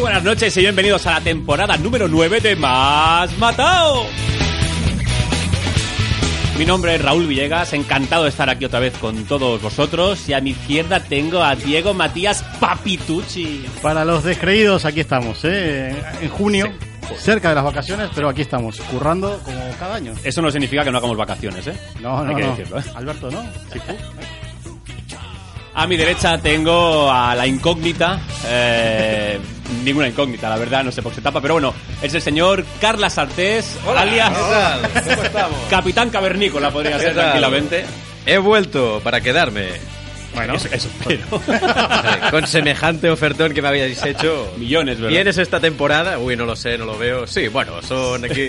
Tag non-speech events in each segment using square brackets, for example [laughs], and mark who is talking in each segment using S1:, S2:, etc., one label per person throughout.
S1: buenas noches y bienvenidos a la temporada número 9 de Más Matado. Mi nombre es Raúl Villegas, encantado de estar aquí otra vez con todos vosotros. Y a mi izquierda tengo a Diego Matías Papitucci.
S2: Para los descreídos, aquí estamos, ¿eh? en junio, cerca de las vacaciones, pero aquí estamos, currando como cada año.
S1: Eso no significa que no hagamos vacaciones, ¿eh?
S2: No, no,
S1: Hay que
S2: no.
S1: decirlo, ¿eh?
S2: Alberto, ¿no? ¿Eh? Sí, tú.
S1: A mi derecha tengo a la incógnita. eh, [laughs] ninguna incógnita, la verdad, no sé por qué se tapa, pero bueno, es el señor Carla Sartés, alias
S3: ¿Qué tal? ¿Cómo estamos?
S1: Capitán Cavernícola, podría
S3: ¿Qué
S1: ser
S3: tal?
S1: tranquilamente.
S3: [laughs] He vuelto para quedarme. eh,
S1: Bueno, eso, eso espero.
S3: Con semejante ofertón que me habíais hecho.
S1: Millones, ¿verdad?
S3: ¿Vienes esta temporada? Uy, no lo sé, no lo veo. Sí, bueno, son aquí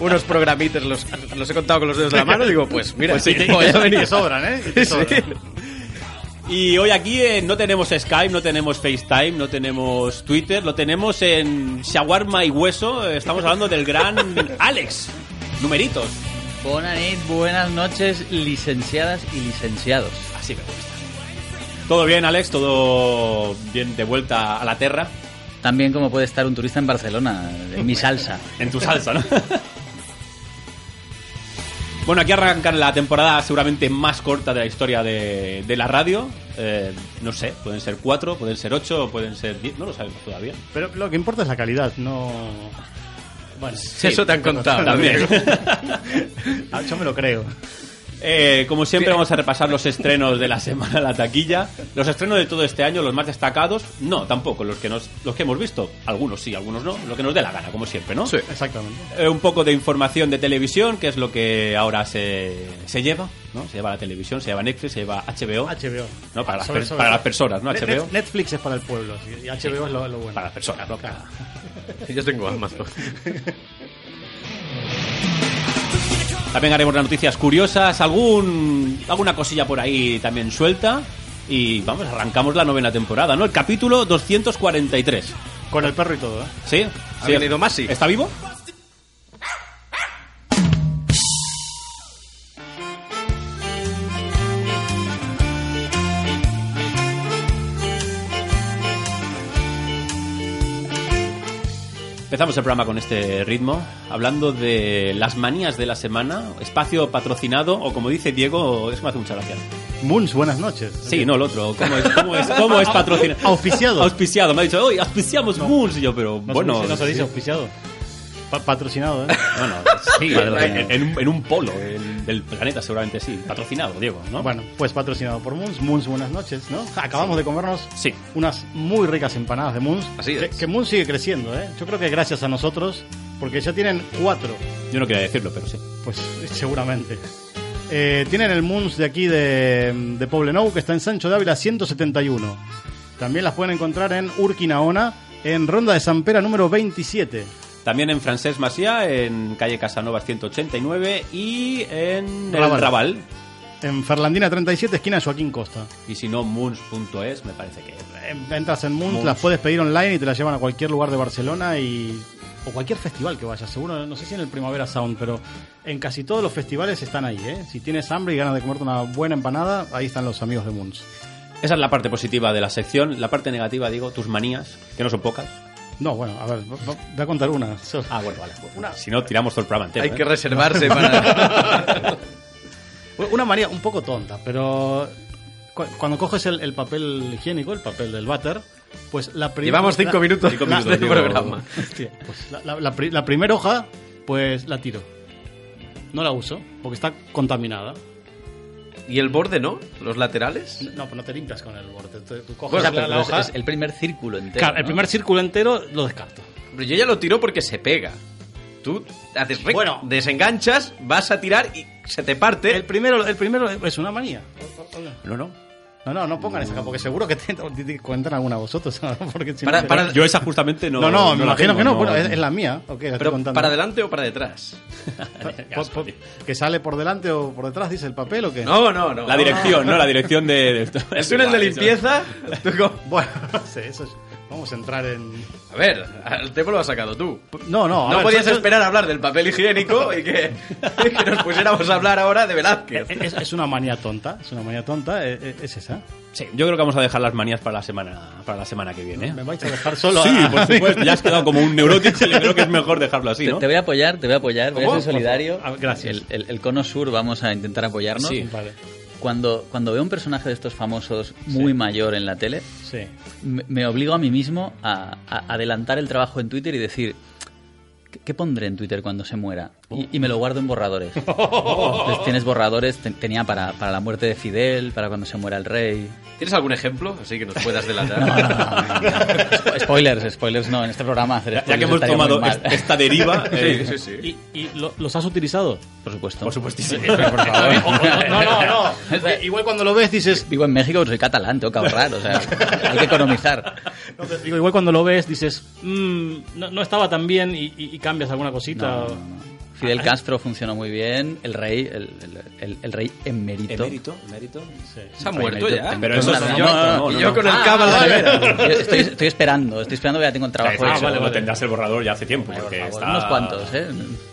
S3: unos programitas, los, los he contado con los dedos de la mano. Digo, pues mira,
S1: Pues sí, te-
S3: [laughs] voy a
S2: Y te
S3: venir.
S2: sobran, ¿eh? Y te
S3: Sí.
S2: sobran.
S1: Y hoy aquí eh, no tenemos Skype, no tenemos FaceTime, no tenemos Twitter, lo tenemos en Shawarma y Hueso. eh, Estamos hablando del gran [laughs] Alex. Numeritos.
S4: Buenas buenas noches, licenciadas y licenciados.
S1: Así me gusta. ¿Todo bien, Alex? ¿Todo bien de vuelta a la tierra?
S4: También como puede estar un turista en Barcelona, en
S2: [laughs]
S4: mi salsa.
S1: En tu salsa, ¿no? [laughs] bueno, aquí arranca la temporada seguramente más corta de la historia de, de la radio. Eh, no sé, pueden ser cuatro, pueden ser ocho, pueden ser diez, no lo sabemos todavía.
S2: Pero lo que importa es la calidad, no... Bueno,
S1: Sí,
S3: Eso te han contado.
S1: También.
S2: ah, yo me lo creo.
S1: [laughs] Eh, como siempre vamos a repasar los estrenos de la semana, la taquilla, los estrenos de todo este año, los más destacados, no, tampoco, los que, nos, los que hemos visto, algunos sí, algunos no, lo que nos dé la gana, como siempre, ¿no?
S3: Sí.
S2: Exactamente.
S1: Eh, un poco de información de televisión, que es lo que ahora se, se lleva, ¿no? Se lleva la televisión, se lleva Netflix, se lleva HBO.
S2: HBO.
S1: No, para las
S2: Sobre-
S1: per-
S2: sobre-
S1: para las personas, ¿no?
S2: Net-
S1: HBO.
S2: Netflix es para el pueblo, sí, y HBO es lo, lo bueno.
S1: Para las personas, ¿no?
S2: Claro.
S3: Yo tengo Amazon.
S1: También haremos las noticias curiosas, algún, alguna cosilla por ahí también suelta. Y vamos, arrancamos la novena temporada, ¿no? El capítulo 243.
S2: Con el perro y todo, ¿eh?
S1: ¿Sí?
S3: ¿Ha
S1: sí.
S3: venido Masi?
S1: ¿Está vivo? Empezamos el programa con este ritmo, hablando de las manías de la semana, espacio patrocinado, o como dice Diego, es que me hace mucha gracia.
S2: Muns, buenas noches.
S1: Sí, no, el otro, ¿cómo es, cómo es, cómo es patrocinado?
S2: [laughs]
S1: [laughs]
S2: Auspiciado.
S1: Auspiciado, me ha dicho, hoy auspiciamos Moons, y yo, pero
S2: No se
S1: bueno.
S2: dice- no se dice auspiciado. Pa- patrocinado, ¿eh?
S1: Bueno, sí, en, en un- en un polo del, del planeta seguramente sí. Patrocinado, Diego, ¿no?
S2: Bueno, pues patrocinado por Moons. Moons, buenas noches, ¿no? Acabamos de comernos
S1: Sí.
S2: unas muy ricas empanadas de Moons.
S3: Así
S2: que,
S3: es.
S2: que Moons sigue creciendo, ¿eh? Yo creo que gracias a nosotros, porque ya tienen cuatro,
S1: Yo no quería decirlo, pero sí.
S2: pues seguramente. Eh, tienen el Moons de aquí de, de Poblenou, que está en Sancho de Ávila 171. También las pueden encontrar en Urquinaona, en Ronda de San Pera número 27.
S1: También en Francés Masia, en calle Casanovas 189 y en
S2: Raval.
S1: el Raval.
S2: En Ferlandina 37, esquina Joaquín Costa.
S1: Y si no, moons.es, me parece que.
S2: En- Entras en Moons,
S1: Moons.
S2: las puedes pedir online y te las llevan a cualquier lugar de Barcelona y o cualquier festival que vayas. Seguro, no sé si en el Primavera Sound, pero en casi todos los festivales están ahí. ¿eh? Si tienes hambre y ganas de comerte una buena empanada, ahí están los amigos de Moons.
S1: Esa es la parte positiva de la sección. La parte negativa, digo, tus manías, que no son pocas.
S2: No, bueno, a ver, va- va- voy a contar una. So-
S1: Ah, bueno, vale. Una- Si no, tiramos todo el programa entero.
S3: Pues Hay
S1: ¿eh?
S3: que reservarse para.
S2: Una manía un poco tonta, pero cu- cuando coges el, el papel higiénico, el papel del váter, pues la primera...
S3: Llevamos
S2: [laughs]
S3: cinco minutos
S1: Cinco
S3: de
S1: minutos, digo.
S3: programa.
S2: Hostia, pues la, la- la pri- la primera hoja, pues la tiro. No la uso, porque está contaminada.
S3: [laughs] ¿Y el borde no? ¿Los laterales?
S2: No, pero no te limpias con el borde. Tú, tú coges
S3: Bueno,
S2: la- Pues, la,
S3: pero
S4: Pues Pero es,
S2: hoja.
S4: es el primer círculo entero.
S2: Claro, el
S4: ¿no?
S2: primer círculo entero lo descarto.
S3: Pero yo ya lo tiro porque se pega. Tú haces rec,
S2: Bueno.
S3: desenganchas, vas a tirar y se te parte.
S2: El primero, el primero es una manía.
S1: No, no.
S2: No, no, no pongan esa acá, porque seguro que te, te cuentan alguna vosotros. [laughs] ¿no? Porque si no
S3: Para-
S2: te-
S3: para-
S1: Yo esa justamente no.
S2: no, no, me
S1: la
S2: imagino
S1: tengo,
S2: que no. Bueno, es, es la mía. ok, la estoy
S3: Pero
S2: contando.
S3: para adelante o para detrás.
S1: Ya
S2: Po-
S1: sabes.
S2: po- ¿Que sale por delante o por detrás, dice el papel o qué?
S3: No, no, no. Ah.
S1: La dirección, ¿no? La dirección de. de-
S3: El túnel de
S1: Vale, eso-
S3: limpieza. tú como-
S2: Bueno, [laughs] no sé, eso es- Vamos a entrar en.
S3: A ver, el tema lo has sacado tú.
S2: No, no, a
S3: No
S2: ver,
S3: podías
S2: son- son-
S3: esperar a hablar del papel higiénico y que, y que nos pusiéramos a hablar ahora de Velázquez.
S2: Es, es una manía tonta, es una manía tonta, eh, eh, es esa.
S1: Sí, yo creo que vamos a dejar las manías para la semana, para la semana que viene.
S2: Me vais a dejar solo
S1: Eh. Sí, [laughs]
S2: a- [laughs]
S1: por supuesto. Ya has quedado como un neurótico, yo creo que es mejor dejarlo así,
S4: Te,
S1: ¿no?
S4: te voy a apoyar, te voy a apoyar, voy a
S2: ¿Cómo?
S4: ser solidario.
S2: Por favor. Ah, gracias.
S4: El, el- el cono sur vamos a intentar apoyarnos.
S1: Sí.
S2: Vale,
S4: Cuando, cuando veo un personaje de estos famosos muy mayor en la tele,
S2: sí.
S4: me, me obligo a mí mismo a, a adelantar el trabajo en Twitter y decir, ¿qué, qué pondré en Twitter cuando se muera? Y, y me lo guardo
S1: [laughs]
S4: en borradores. Entonces, tienes borradores, te- tenía para, para la muerte de Fidel, para cuando se muera el rey.
S3: ¿Tienes algún ejemplo? Así que nos puedas
S1: [laughs]
S3: delatar.
S4: Spo- Spoilers, spoilers no, en este programa hacer
S1: Ya, ya
S4: spoilers
S1: que hemos
S4: estaría muy
S1: tomado
S4: mal.
S1: est- esta deriva, eh,
S3: Sí, sí, sí.
S2: ¿Y, y lo- los has utilizado?
S4: Por supuesto.
S1: por supuestísimo. [laughs] Oh,
S2: No, no, no. [laughs] Igual cuando lo ves dices.
S4: Vivo en México, soy catalán, tengo que ahorrar, o sea, hay que economizar.
S2: no, pero digo, igual cuando lo ves dices. "Mm, no, no estaba tan bien y, y- y cambias alguna cosita.
S4: No, no, no. Fidel Castro funcionó muy bien, el rey, el, el- el- el rey emérito.
S3: Se ha muerto
S4: Emérito,
S3: ya.
S4: emérito,
S1: Pero eso
S4: no,
S1: es-
S4: no,
S1: yo-
S4: no,
S1: no,
S3: y
S1: no,
S3: yo
S1: no.
S3: con el
S1: Ah,
S3: cava de
S4: Yo
S3: vera.
S4: Estoy, estoy esperando, estoy esperando que ya tengo el trabajo
S1: Ah,
S4: hecho.
S1: vale, lo tendrás el borrador ya hace tiempo.
S4: Por
S1: porque
S4: favor,
S1: está,
S4: Unos cuantos, ¿eh?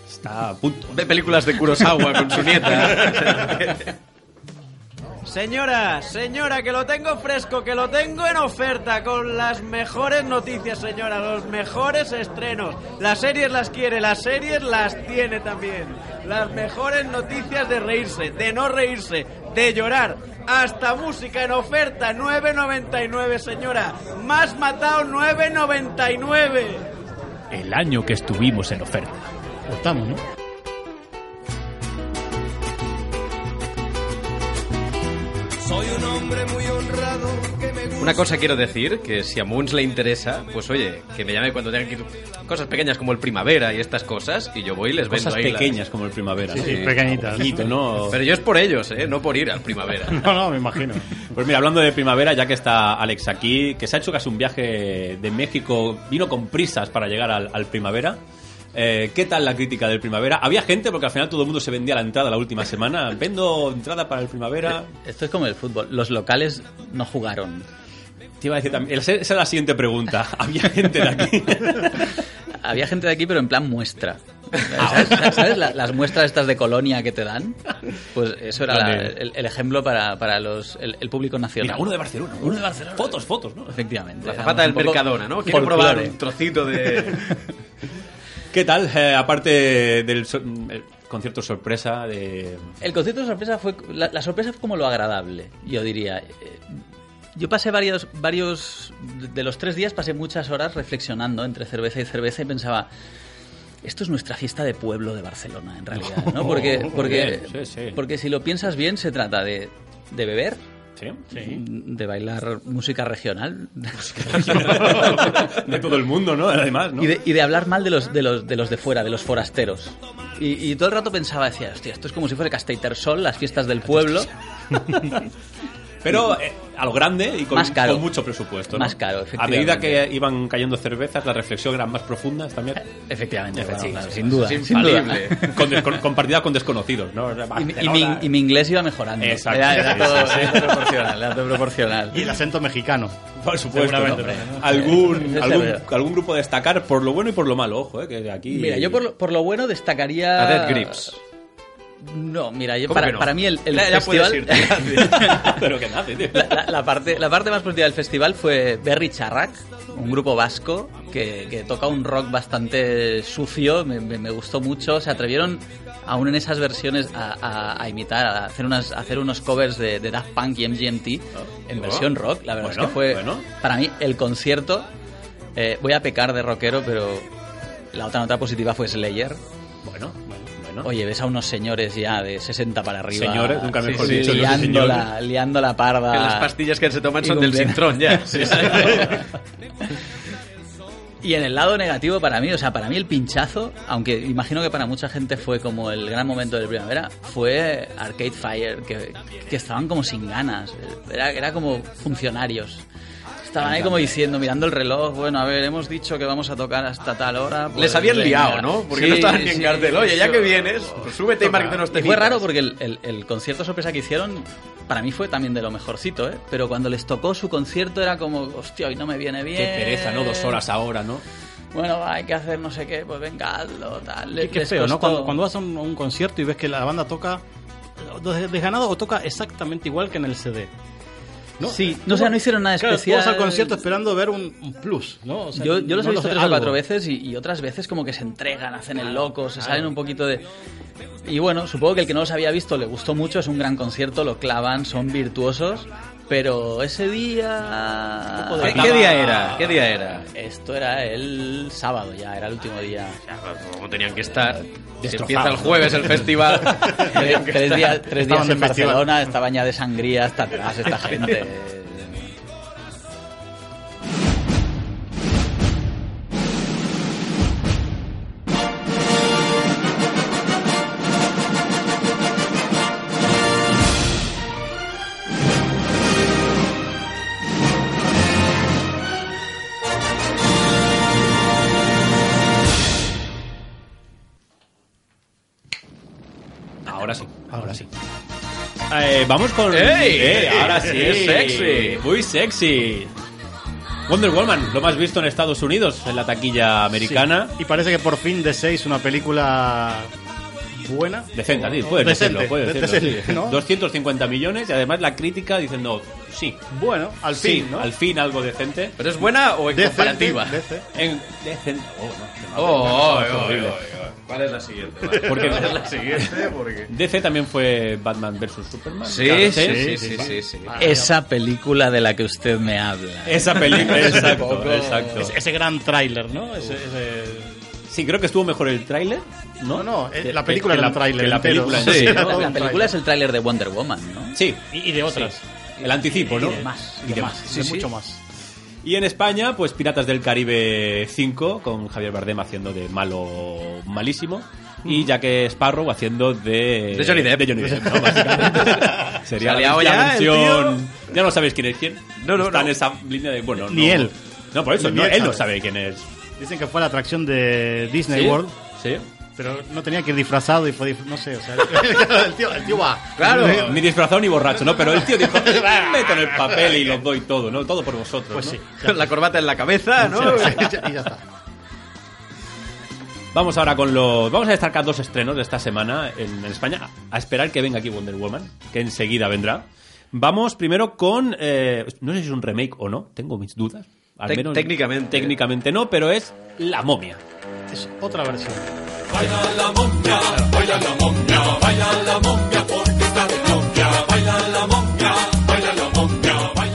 S1: Está a punto.
S3: Ve películas de Kurosawa con su
S1: [laughs]
S3: nieta.
S5: Señora, señora, que lo tengo fresco, que lo tengo en oferta, con las mejores noticias, señora, los mejores estrenos. Las series las quiere, las series las tiene también. Las mejores noticias de reírse, de no reírse, de llorar. Hasta música en oferta, 9.99, señora. Más matado, 9.99.
S1: El año que estuvimos en oferta.
S2: O estamos, ¿no? [laughs]
S3: Una cosa quiero decir, que si a Moons le interesa, pues oye, que me llame cuando tenga que... Cosas pequeñas como el Primavera y estas cosas, y yo voy y les vendo
S1: Cosas
S3: ahí las-
S1: pequeñas como el primavera.
S2: Sí,
S1: ¿no?
S2: pequeñitas.
S1: Poquito, ¿no?
S3: Pero yo es por ellos, ¿eh? No por ir al
S4: [laughs]
S3: Primavera.
S2: No, no, me imagino.
S1: Pues mira, hablando de primavera, ya que está Alex aquí, que se ha hecho casi un viaje de México, vino con prisas para llegar al, al primavera. Eh, ¿Qué tal la crítica del primavera? Había gente, porque al final todo el mundo se vendía la entrada la última semana. Vendo entrada para el primavera.
S4: Esto es como el fútbol. Los locales no jugaron.
S1: Eh, Te iba a decir también. Esa es la siguiente pregunta. [laughs] Había gente de aquí.
S4: Había gente de aquí, pero en plan muestra.
S1: Ah,
S4: ¿Sabes, sabes la- las muestras estas de colonia que te dan? Pues eso era la-
S1: Vale.
S4: el, el ejemplo para, para los, el, el público nacional.
S1: Mira, uno de Barcelona. Uno de Barcelona. Fotos, fotos, ¿no?
S4: Efectivamente.
S3: La
S4: éramos
S3: zapata del
S4: un poco
S3: Mercadona, ¿no? Quiero probar
S4: folclore.
S3: un trocito de...
S1: ¿Qué tal? Eh, aparte del so- el concierto sorpresa de...
S4: El concierto de sorpresa fue. La, la sorpresa fue como lo agradable, yo diría. Eh, Yo pasé varios, varios. De los tres días pasé muchas horas reflexionando entre cerveza y cerveza y pensaba. Esto es nuestra fiesta de pueblo de Barcelona, en realidad,
S1: [laughs]
S4: ¿no? Porque, porque,
S1: bien, sí, sí.
S4: porque si lo piensas bien, se trata de, de beber,
S1: ¿Sí?
S4: de bailar música regional
S1: [laughs] De todo el mundo, ¿no? Además, ¿no?
S4: Y, de, y de hablar mal de los, de los, de los de fuera, de los forasteros. Y, y todo el rato pensaba, decía, hostia, esto es como si fuera Castelltersol, las fiestas del pueblo,
S1: Pero eh, a lo grande y con,
S4: Más caro.
S1: con mucho presupuesto. ¿no?
S4: Más caro,
S1: A
S4: efectivamente.
S1: medida que iban cayendo cervezas, la reflexión era más profunda también.
S4: Efectivamente, bueno,
S1: Sí,
S4: claro,
S1: sí,
S4: sin duda.
S3: es
S4: sin duda.
S3: infalible.
S1: [laughs] Con des- con- compartida con desconocidos, ¿no?
S4: Y, mi- y
S1: Barcelona.
S4: mi, y mi inglés iba mejorando.
S1: Exacto.
S4: Era, era
S1: Sí,
S4: todo,
S1: sí, sí.
S4: era todo proporcional. era todo proporcional.
S2: Y el acento mexicano.
S1: Por supuesto. ¿no?
S2: Seguramente, ¿no?
S1: Algún,
S4: Sí,
S1: algún,
S4: seguro.
S1: algún grupo a destacar por lo bueno y por lo malo, ojo, eh, que aquí...
S4: Mira, yo por lo, Ah. por lo bueno destacaría...
S3: A Dead
S4: [laughs]
S3: Grips.
S4: No, mira, yo
S3: ¿Cómo
S4: para,
S3: que no?
S4: para mí el, el
S3: Ya- ya puedes
S4: festival... [laughs]
S1: Pero que nace, tío.
S4: La, la- la parte, la parte más positiva del festival fue Berry Charrak, un grupo vasco que, que toca un rock bastante sucio, me, me- me gustó mucho. Se atrevieron, aún en esas versiones, a, a- a imitar, a hacer, unas, a hacer unos covers de, de Daft Punk y MGMT en
S1: Oh.
S4: versión rock. La verdad es
S1: Bueno,
S4: que fue,
S1: bueno.
S4: para mí, el concierto. Eh, voy a pecar de rockero, pero la otra nota positiva fue Slayer.
S1: Bueno, bueno, bueno.
S4: Oye, ves a unos señores ya de 60 para arriba.
S1: Señores, nunca mejor
S3: dicho, no sé,
S4: Liando la, liando la parda.
S3: Que las pastillas que se toman
S4: Ah. Y
S3: son del
S4: cumplen.
S3: Sintrón,
S4: [laughs]
S3: ya.
S4: Y en el lado negativo para mí, o sea, para mí el pinchazo, aunque imagino que para mucha gente fue como el gran momento de la primavera, fue Arcade Fire, que, que estaban como sin ganas, era, era como funcionarios. Estaban ahí como diciendo, mirando el reloj, bueno, a ver, hemos dicho que vamos a tocar hasta tal hora.
S3: [laughs]
S4: pues,
S3: Les habían
S4: venga.
S3: liado, ¿no? Porque no
S4: Sí,
S3: estaban ni en
S4: sí.
S3: cartel. Oye, ya que vienes, pues súbete y márcate unos
S4: Y
S3: temitas.
S4: fue raro porque el, el- el concierto sorpresa que hicieron para mí fue también de lo mejorcito, ¿eh? Pero cuando les tocó su concierto era como, hostia, hoy no me viene bien.
S1: Qué pereza, ¿no? Dos horas ahora, ¿no?
S4: Bueno, hay que hacer no sé qué, pues venga, hazlo, tal.
S2: Qué, qué
S4: Les
S2: feo, ¿no?
S4: costó-
S2: Cuando, cuando vas a un, a un concierto y ves que la banda toca des- desganado o toca exactamente igual que en el CD. ¿no? Eh,
S4: Sí, no, o sea, no hicieron nada
S2: Claro,
S4: especial.
S2: tú vas al concierto esperando ver un, un plus, ¿no? O sea,
S4: yo, yo los
S2: no
S4: he visto
S2: sé,
S4: tres o
S2: algo.
S4: cuatro veces y, y otras veces como que se entregan, hacen el loco, se salen un poquito de... Y bueno, supongo que el que no los había visto le gustó mucho, es un gran concierto, lo clavan, son virtuosos, pero ese día...
S3: ¿Qué, qué día era? ¿Qué día era?
S4: Esto era el sábado ya, era el último
S3: [laughs]
S4: día.
S3: Como tenían que estar. Se
S1: Destrozados.
S3: empieza el jueves el festival.
S4: [laughs] Tres, tres días, tres días
S2: Estaban de festival.
S4: en Barcelona, estaban ya de sangría hasta
S3: [laughs]
S4: atrás esta gente.
S1: Ahora sí, ahora sí.
S2: sí.
S1: Eh, vamos con.
S3: ¡Ey!
S1: Eh, ahora sí.
S3: Es sexy.
S1: Muy sexy. Wonder Woman, lo más visto en Estados Unidos, en la taquilla americana.
S2: Sí. Y parece que por fin de 6 una película buena.
S1: Decenta, sí, puedes
S2: Decente,
S1: decirlo, puedes decirlo,
S2: decente,
S1: sí.
S2: ¿no?
S1: 250 millones y además la crítica diciendo, sí,
S2: Bueno, al
S1: sí,
S2: fin, ¿no?
S1: al fin algo decente.
S3: ¿Pero es buena o en
S2: Decente,
S3: comparativa?
S2: decente.
S1: En, decente,
S2: [laughs]
S1: oh, no, qué mal.
S3: Oh,
S1: Es horrible.
S3: ¿Cuál es la siguiente?
S1: Porque- ¿Cuál es
S3: la siguiente? Porque...
S1: DC también fue Batman vs Superman.
S3: Sí,
S1: Claro, ¿eh?
S3: sí, sí, sí, sí, sí.
S4: Esa película de la que usted me habla.
S1: Esa
S2: [laughs]
S1: película, exacto, exacto.
S2: Ese, ese gran tráiler, ¿no? Ese- ese-
S1: Sí, creo que estuvo mejor el tráiler, ¿no?
S2: No, no, eh,
S1: Que-
S2: la película
S1: que
S2: era
S1: la-
S2: un tráiler
S1: que la
S2: entero.
S1: película en
S3: sí.
S2: Era
S4: La,
S2: todo
S4: la
S2: un
S4: película
S2: tráiler.
S4: es el tráiler de Wonder Woman, ¿no?
S1: Sí,
S2: Y, y de otras.
S1: el anticipo, ¿no?
S4: Y de más,
S1: Y de más.
S2: De
S1: Sí, sí.
S2: mucho más.
S1: Y en España, pues Piratas del Caribe 5, con Javier Bardem haciendo de malo malísimo.
S2: Mm.
S1: Y Jack Sparrow haciendo de.
S3: De Johnny Depp.
S1: De Johnny Depp, ¿no?
S3: [laughs]
S1: Básicamente. Sería
S3: Se ha
S1: la,
S3: liado
S1: la
S3: ya, el
S1: versión. Ya no sabéis quién es quién.
S3: No, no,
S1: Está
S3: no.
S1: en esa línea de. Bueno,
S2: Ni
S1: no.
S2: él.
S1: No, por eso,
S2: Ni
S1: no,
S2: él
S1: él no
S2: sabe.
S1: sabe quién es.
S2: Dicen que fue la atracción de Disney
S1: ¿Sí?
S2: World,
S1: Sí.
S2: pero no tenía que ir disfrazado y fue dif- no sé, o
S3: [laughs]
S2: sea, el, tío, el tío va.
S1: Claro. Ni disfrazado ni borracho, ¿no? Pero el tío
S2: [laughs]
S1: dijo: "Me meto en el papel y los doy todo, ¿no? Todo por vosotros.
S2: Pues
S1: ¿no?
S2: sí.
S3: Con Ah, [laughs] la corbata en la cabeza, ¿no?
S2: [laughs] y ya- y ya está.
S1: Vamos ahora con los. Vamos a destacar dos estrenos de esta semana en, en España. A esperar que venga aquí Wonder Woman, que enseguida vendrá. Vamos primero con. eh, no sé si es un remake o no, tengo mis dudas. Al
S3: Tec-
S1: menos,
S3: técnicamente.
S1: Técnicamente no, pero es La momia.
S2: Es otra versión.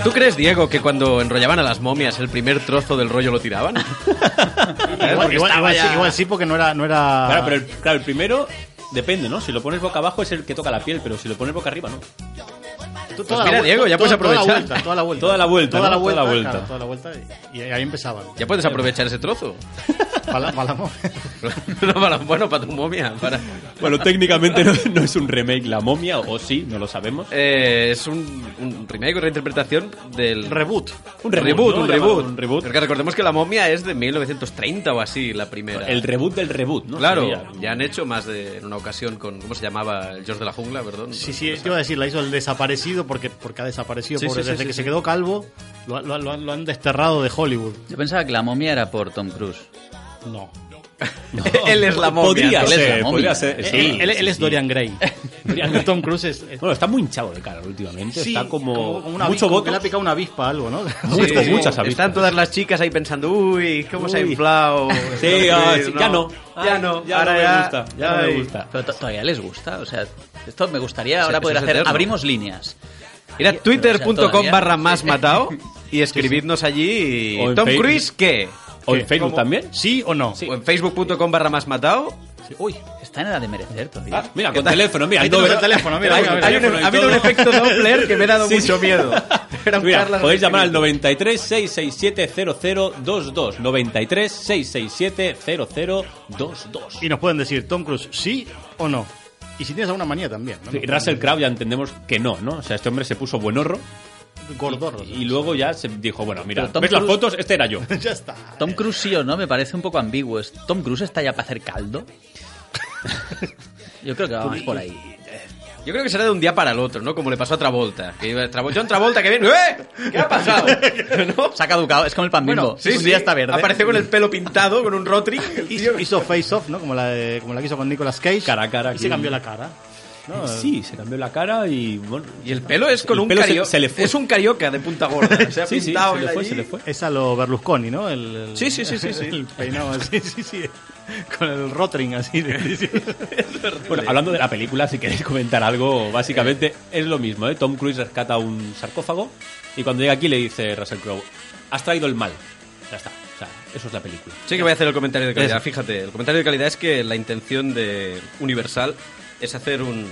S3: ¿Tú crees, Diego, que cuando enrollaban a las momias el primer trozo del rollo lo tiraban? ¿Eh?
S2: Igual, igual-
S3: Porque estaba
S2: igual sí,
S3: ya-
S2: igual sí, porque no era. No era
S1: Claro, pero el, claro, el primero depende, ¿no? Si lo pones boca abajo es el que toca la piel, pero si lo pones boca arriba, ¿no?
S2: Tú-
S3: Pues mira,
S2: vuel-
S3: Diego, ya
S2: to-
S3: puedes
S2: toda la
S3: aprovechar.
S2: vuelta, Toda la vuelta.
S1: Toda la vuelta,
S2: Toda
S1: ¿no?
S2: la vuelta.
S1: Toda la vuelta.
S2: claro, toda la vuelta y, y ahí
S3: [laughs]
S2: empezaban.
S3: Ya puedes aprovechar ese trozo. [laughs]
S2: Para la- para la mo-
S3: No, para- bueno, para tu momia. para-
S1: Bueno, técnicamente no, no es un remake La momia, o sí, no lo sabemos.
S3: Eh, es un, un remake o reinterpretación del...
S2: Reboot.
S1: Un
S3: Un
S1: reboot,
S3: reboot,
S1: ¿no?
S3: un,
S1: Llamado
S3: reboot.
S1: un reboot.
S3: Porque recordemos que La Momia es de 1930 o así, la primera.
S1: El reboot del reboot, ¿no?
S3: claro,
S1: Sería.
S3: ya han hecho más de en una ocasión con... ¿Cómo se llamaba? El George de la Jungla,
S2: [laughs]
S3: perdón.
S2: Sí, sí, te iba a decir, la hizo el desaparecido porque, porque ha desaparecido.
S3: Sí,
S2: pobre,
S3: sí, sí,
S2: desde
S3: sí,
S2: que
S3: sí.
S2: se quedó calvo, lo, lo- lo han- lo han desterrado de Hollywood.
S4: Yo pensaba que la momia era por Tom Cruise.
S2: No.
S3: Él es la momia.
S1: Podría
S4: él es
S1: ser,
S4: la momia.
S1: podría
S3: Eh,
S1: ser. sí,
S2: Eh, él, él- él
S1: sí,
S2: es
S1: sí.
S2: Dorian
S3: [laughs]
S2: Gray.
S1: Dorian Gray.
S2: Tom Cruise es. es-
S1: Bueno, está muy hinchado de cara últimamente.
S2: sí,
S1: está como,
S2: una avispa,
S1: mucho
S2: como
S1: voto.
S2: que le ha picado una avispa algo, ¿no?
S1: Mucho,
S3: Sí, sí.
S1: muchas avispas.
S3: Están todas las chicas ahí pensando, uy, cómo se ha
S1: Uy.
S3: inflado.
S1: [laughs] Sí, ah, sí, ya no.
S3: Ya
S1: Ay,
S3: no.
S1: ya
S3: ahora
S1: no me
S3: ya-
S1: gusta. Ya no me
S3: ay.
S1: gusta.
S4: Pero to- todavía les gusta, o sea, esto me gustaría
S3: Ah. Sí,
S4: ahora
S3: eso
S4: poder
S3: es
S4: hacer.
S3: eterno.
S4: Abrimos líneas.
S3: Ir a twitter.com
S4: todavía-
S3: barra más
S4: [laughs]
S3: matado y escribidnos allí.
S1: O en
S3: Tom
S1: Facebook.
S3: Cruise, ¿qué?
S1: ¿O en Facebook
S2: ¿Cómo?
S1: también?
S2: ¿Sí o no?
S1: Sí.
S3: O en facebook.com barra más matado.
S4: Uy, está en edad de merecer
S3: Ah.
S4: todavía.
S1: Mira, con teléfono, mira.
S2: Ahí
S1: no,
S2: tenemos el
S1: ¿verdad?
S2: teléfono, mira,
S1: Hay-
S2: mira, mira.
S1: hay
S3: Hay un-
S1: teléfono y
S3: ha habido un
S1: todo.
S3: efecto Doppler que me ha dado
S1: Sí,
S3: mucho
S1: sí.
S3: miedo. Era un
S1: Mira,
S3: Carlas
S1: podéis llamar al
S3: escribiendo.
S1: 93 667 0022. 93 667 0022.
S2: [laughs] Y nos pueden decir, Tom Cruise, sí o no. Y si tienes alguna manía también. ¿no?
S1: Y Russell Crowe ya entendemos que no, ¿no? O sea, este hombre se puso buenorro.
S2: gordor.
S1: Y luego ya se dijo, bueno, mira,
S4: Pero Tom
S1: ¿ves las
S4: Cruise-
S1: fotos? Este era yo.
S2: [laughs] ya está.
S4: Tom Cruise sí o no, me parece un poco ambiguo. ¿Es- ¿Tom Cruise está ya para
S2: [laughs]
S4: hacer caldo? Yo creo que va
S2: Pues
S4: más por ahí.
S3: Yo creo que será de un día para el otro, ¿no? Como le pasó a Travolta. Que iba Travolta, John Travolta que viene. ¡Eh! ¿Qué ha pasado?
S2: [laughs]
S3: ¿No?
S4: Se ha caducado, es como el pan bimbo.
S3: sí,
S4: un
S3: sí.
S4: día está verde.
S3: Apareció con el pelo pintado, con un rotring. El tío.
S2: Hizo, hizo Face Off, ¿no? Como la, de- como la que hizo con Nicolas Cage.
S1: Cara a cara
S2: Y
S1: aquí.
S2: se cambió la cara. ¿no?
S1: Sí, se cambió la cara y bueno.
S3: eh. Y el pelo es con
S1: El
S3: un
S1: pelo se-
S3: carioca.
S1: se le fue.
S3: Es [laughs] un carioca de punta [laughs] gorda. Se ha
S1: Sí, sí,
S3: pintado
S1: se le
S3: él
S1: fue,
S3: allí.
S1: se le fue.
S2: Es a lo Berlusconi, ¿no? El, el-
S3: Sí, sí, sí, sí, sí.
S2: [laughs] El peinado así, sí, sí. Con el rotring así. [laughs]
S1: Bueno, hablando de la película, si queréis comentar algo, básicamente es lo mismo, ¿eh? Tom Cruise rescata un sarcófago y cuando llega aquí le dice Russell Crowe, has traído el mal. Ya está. O sea, eso es la película.
S3: Sí que voy a hacer el comentario de calidad.
S1: Eso.
S3: Fíjate, el comentario de calidad es que la intención de Universal es hacer un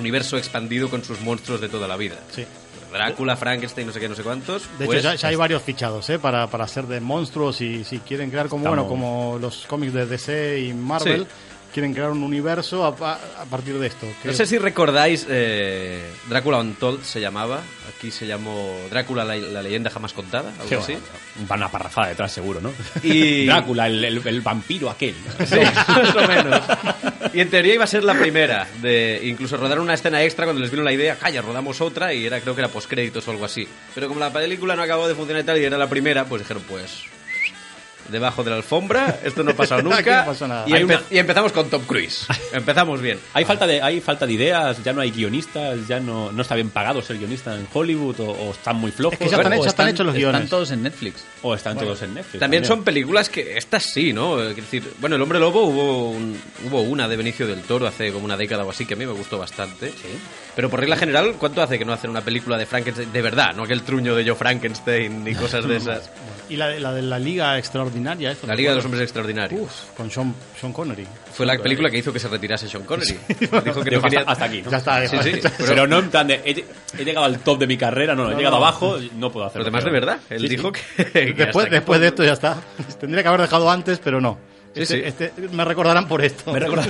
S3: universo expandido con sus monstruos de toda la vida.
S2: Sí.
S3: Drácula, Frankenstein, no sé qué, no sé cuántos.
S2: De
S3: pues,
S2: hecho, ya, ya hay varios fichados, ¿eh? Para, para hacer de monstruos y si quieren crear como,
S1: Estamos-
S2: bueno, como los cómics de DC y Marvel,
S3: Sí.
S2: quieren crear un universo a, pa- a partir de esto. que-
S3: No sé si recordáis, eh, Drácula Untold se llamaba, aquí se llamó Drácula la, la leyenda jamás contada, algo
S1: Sí,
S3: así.
S1: bueno, Van a parrafada detrás, seguro, ¿no?
S3: Y-
S1: [laughs] Drácula, el, el- el vampiro aquel.
S3: [laughs] Sí, más o menos. Y en teoría iba a ser la primera. De, incluso rodaron una escena extra cuando les vino la idea, calla, rodamos otra y era creo que era postcréditos o algo así. Pero como la película no acabó de funcionar y tal y era la primera, pues dijeron pues debajo de la alfombra, esto no ha
S2: [laughs]
S3: pasado
S2: Aquí no
S3: nunca.
S2: pasó nada.
S3: Y,
S1: Hay
S3: empe-
S1: una-
S3: y empezamos con Tom
S2: [laughs]
S3: Cruise. Empezamos bien.
S1: Hay falta, de, hay falta de ideas, ya no hay guionistas, ya no, no está bien pagado ser guionista en Hollywood o, o están muy flojos.
S2: Es que ya
S3: ¿eh?
S2: están,
S4: O
S2: hechos- están hechos los
S4: Están
S2: guiones.
S4: todos en Netflix.
S1: O están todos en Netflix.
S3: También son películas que estas sí, ¿no? Es decir, bueno, El Hombre Lobo hubo, un- hubo una de Benicio del Toro hace como una década o así que a mí me gustó bastante. Pero por regla general, ¿cuánto hace que no hacen una película de Frankenstein de verdad? No aquel truño de Yo Frankenstein y cosas de esas.
S2: Y la, de- la de la Liga Extraordinaria, esto.
S3: La Liga de los Hombres Extraordinarios.
S2: Uf, con Sean, Sean Connery.
S3: Fue la película que hizo que se retirase Sean Connery. [laughs] Dijo que
S1: Digo,
S3: no quería...
S1: hasta, hasta aquí. ¿no?
S2: Ya está, [laughs]
S3: Sí,
S2: ya
S3: sí.
S2: está.
S1: Pero, no en plan de he, lle- he llegado al top de mi carrera, no, he llegado
S2: no.
S1: abajo, no puedo hacerlo.
S3: Pero además de
S1: Pero-
S3: verdad, él
S1: Sí, sí.
S3: dijo que... [laughs] que hasta
S2: Después,
S3: aquí.
S2: después de esto ya está. [laughs] Tendría que haber dejado antes, pero no.
S3: Sí,
S2: Este-
S3: sí.
S2: este- me recordarán por esto.
S1: Me recuerda-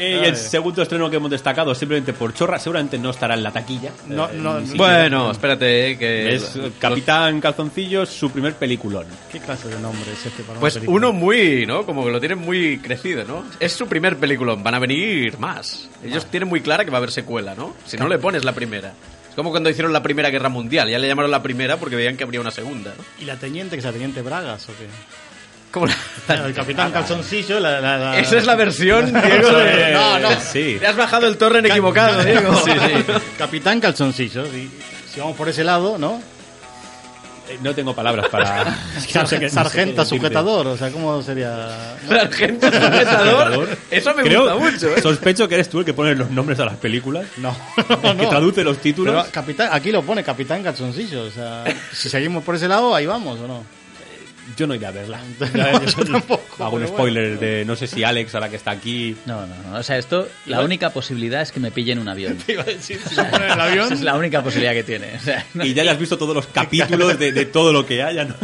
S1: Eh, y el segundo estreno que hemos destacado, simplemente por chorra, seguramente no estará en la taquilla.
S2: No,
S1: Eh,
S2: no,
S1: ni siquiera.
S3: Bueno, espérate, eh, que...
S1: es eh, Capitán Calzoncillos, su primer peliculón.
S2: [laughs] ¿Qué clase de nombre es este para una
S3: Pues
S2: película?
S3: uno muy, ¿no? Como que lo tienen muy crecido, ¿no? Es su primer película, van a venir más. Ellos tienen muy clara que va a haber secuela, ¿no? Si no le pones la primera. Es como cuando hicieron la Primera Guerra Mundial, ya le llamaron la primera porque veían que habría una segunda, ¿no?
S2: ¿Y la teniente que es la teniente Bragas o qué?
S3: Como la-
S2: El capitán Calzoncillo, la, la- la-
S3: [laughs] Esa es la versión, Diego. de-
S2: No, no.
S1: Eh, Sí.
S3: Te has bajado el torre en [laughs] equivocado, Diego.
S2: Sí, sí. [laughs] Capitán Calzoncillo. Si, si vamos por ese lado, ¿no?
S1: Eh, No tengo palabras
S2: [laughs]
S1: para.
S2: Sargenta
S1: no sé qué
S2: sujetador, o sea, ¿cómo sería?
S3: Sargento [laughs] sujetador. Eso me
S1: Creo-
S3: gusta mucho, ¿eh?
S1: Sospecho que eres tú el que pone los nombres a las películas.
S2: [laughs] No,
S1: el que
S2: no.
S1: traduce los títulos.
S2: [laughs] Pero capitán, aquí lo pone Capitán Calzoncillo. O sea, si seguimos por ese lado, ahí vamos, ¿o no?
S1: Yo no iré a verla.
S2: [laughs] No, yo tampoco,
S1: Hago un
S2: pero
S1: spoiler de no sé si Alex, ahora que está aquí.
S4: No, no, no. O sea, esto, la única posibilidad es que me pillen
S2: [laughs]
S4: un avión.
S2: Iba a decir, si se pone en el avión.
S4: Esa es la única posibilidad que tiene.
S2: [laughs]
S4: O sea, no-
S1: Y ya le has visto todos los capítulos de, de todo lo que haya. ¿no?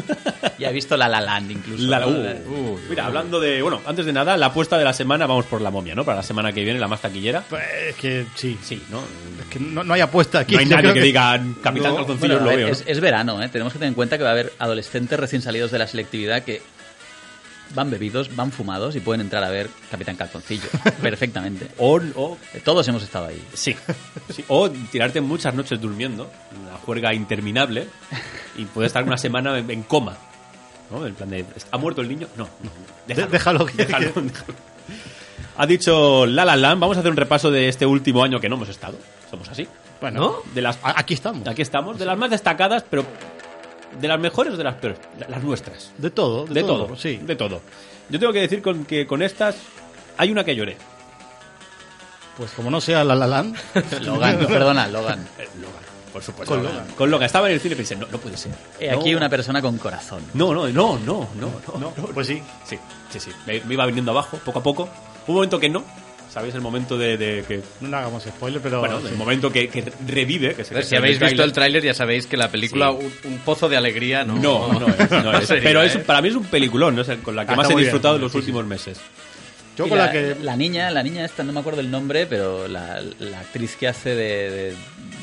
S4: ya he visto La La Land incluso.
S1: La-
S4: ¿no?
S1: uh. Mira, hablando de. Bueno, antes de nada, la apuesta de la semana, vamos por la momia, ¿no? Para la semana que viene, la más taquillera.
S2: Pues, es que sí.
S1: Sí, ¿no?
S2: Es que no, no hay apuesta aquí.
S1: No hay
S2: [laughs] Yo
S1: nadie
S2: creo
S1: que diga Capitán
S2: No,
S1: Calzoncillos
S4: Bueno, a
S1: lo
S4: ver,
S1: veo. ¿no?
S4: es, es verano, ¿eh? Tenemos que tener en cuenta que va a haber adolescentes recién salidos de la selectividad que van bebidos, van fumados y pueden entrar a ver
S2: [laughs]
S4: Capitán Calzoncillo perfectamente.
S1: O, o-
S4: Todos hemos estado ahí.
S1: sí. Sí, O tirarte muchas noches durmiendo, una juerga interminable, y puedes estar una semana en, en coma. ¿no? En plan de, ¿ha muerto el niño? No, no,
S2: De- déjalo que-
S1: déjalo, déjalo. Ha dicho La La Land, vamos a hacer un repaso de este último año que no hemos estado. Somos así.
S2: Bueno,
S1: De las,
S2: a- aquí estamos.
S1: aquí estamos, de las más destacadas, pero de las mejores o de las peores, La- las nuestras.
S2: De todo, de,
S1: De todo,
S2: Sí.
S1: de todo. Yo tengo que decir con, que con estas hay una que lloré.
S2: Pues como no sea la la [laughs] Land,
S4: Logan, perdona, Logan.
S1: Por supuesto.
S2: Con Logan.
S1: Con Logan. Estaba en el cine y pensé, no, no puede ser.
S4: He
S1: No.
S4: aquí una persona con corazón.
S1: No, no, no, no, no, no.
S2: no, pues sí.
S1: Sí, sí, sí. Me, me iba viniendo abajo, poco a poco. Un momento que no. ¿Sabéis? El momento de, de que...
S2: No hagamos spoiler, pero
S1: Bueno,
S2: sí.
S1: el momento que, que revive. Que se,
S3: A ver,
S1: que
S3: Si
S1: se
S3: habéis
S1: ve
S3: visto el
S1: tráiler.
S3: tráiler ya sabéis que la película
S1: Sí.
S3: un, un pozo de alegría no
S1: No, no es. no es.
S3: [laughs] sería,
S1: Pero es,
S3: ¿eh?
S1: para mí es un peliculón, ¿no? Es el con la que
S2: Ah,
S1: más
S2: está
S1: he
S2: muy bien,
S1: disfrutado en
S2: muy
S1: los
S2: bien, sí,
S1: últimos meses.
S2: Yo
S4: Y
S2: con la,
S4: la,
S2: que.
S4: la niña, la niña esta, no me acuerdo el nombre, pero la, la actriz que hace de, de,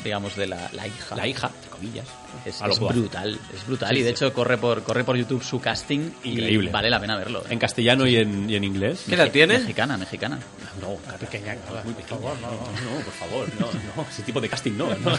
S4: digamos, de la, la hija.
S1: La hija, entre comillas.
S4: Es,
S1: a lo
S4: es
S1: cual.
S4: brutal, es brutal.
S1: Sí,
S4: y de
S1: sí.
S4: hecho corre por, corre por YouTube su casting y
S1: Increíble.
S4: vale la pena verlo. ¿eh?
S1: En castellano y en, y en inglés.
S3: ¿Qué edad tiene?
S4: Mexicana, mexicana.
S1: No,
S2: pequeña, claro,
S1: muy
S2: por
S1: pequeña.
S2: favor,
S1: no,
S2: no,
S1: no, por favor, no, no, [laughs] ese tipo de casting no. ¿eh? no.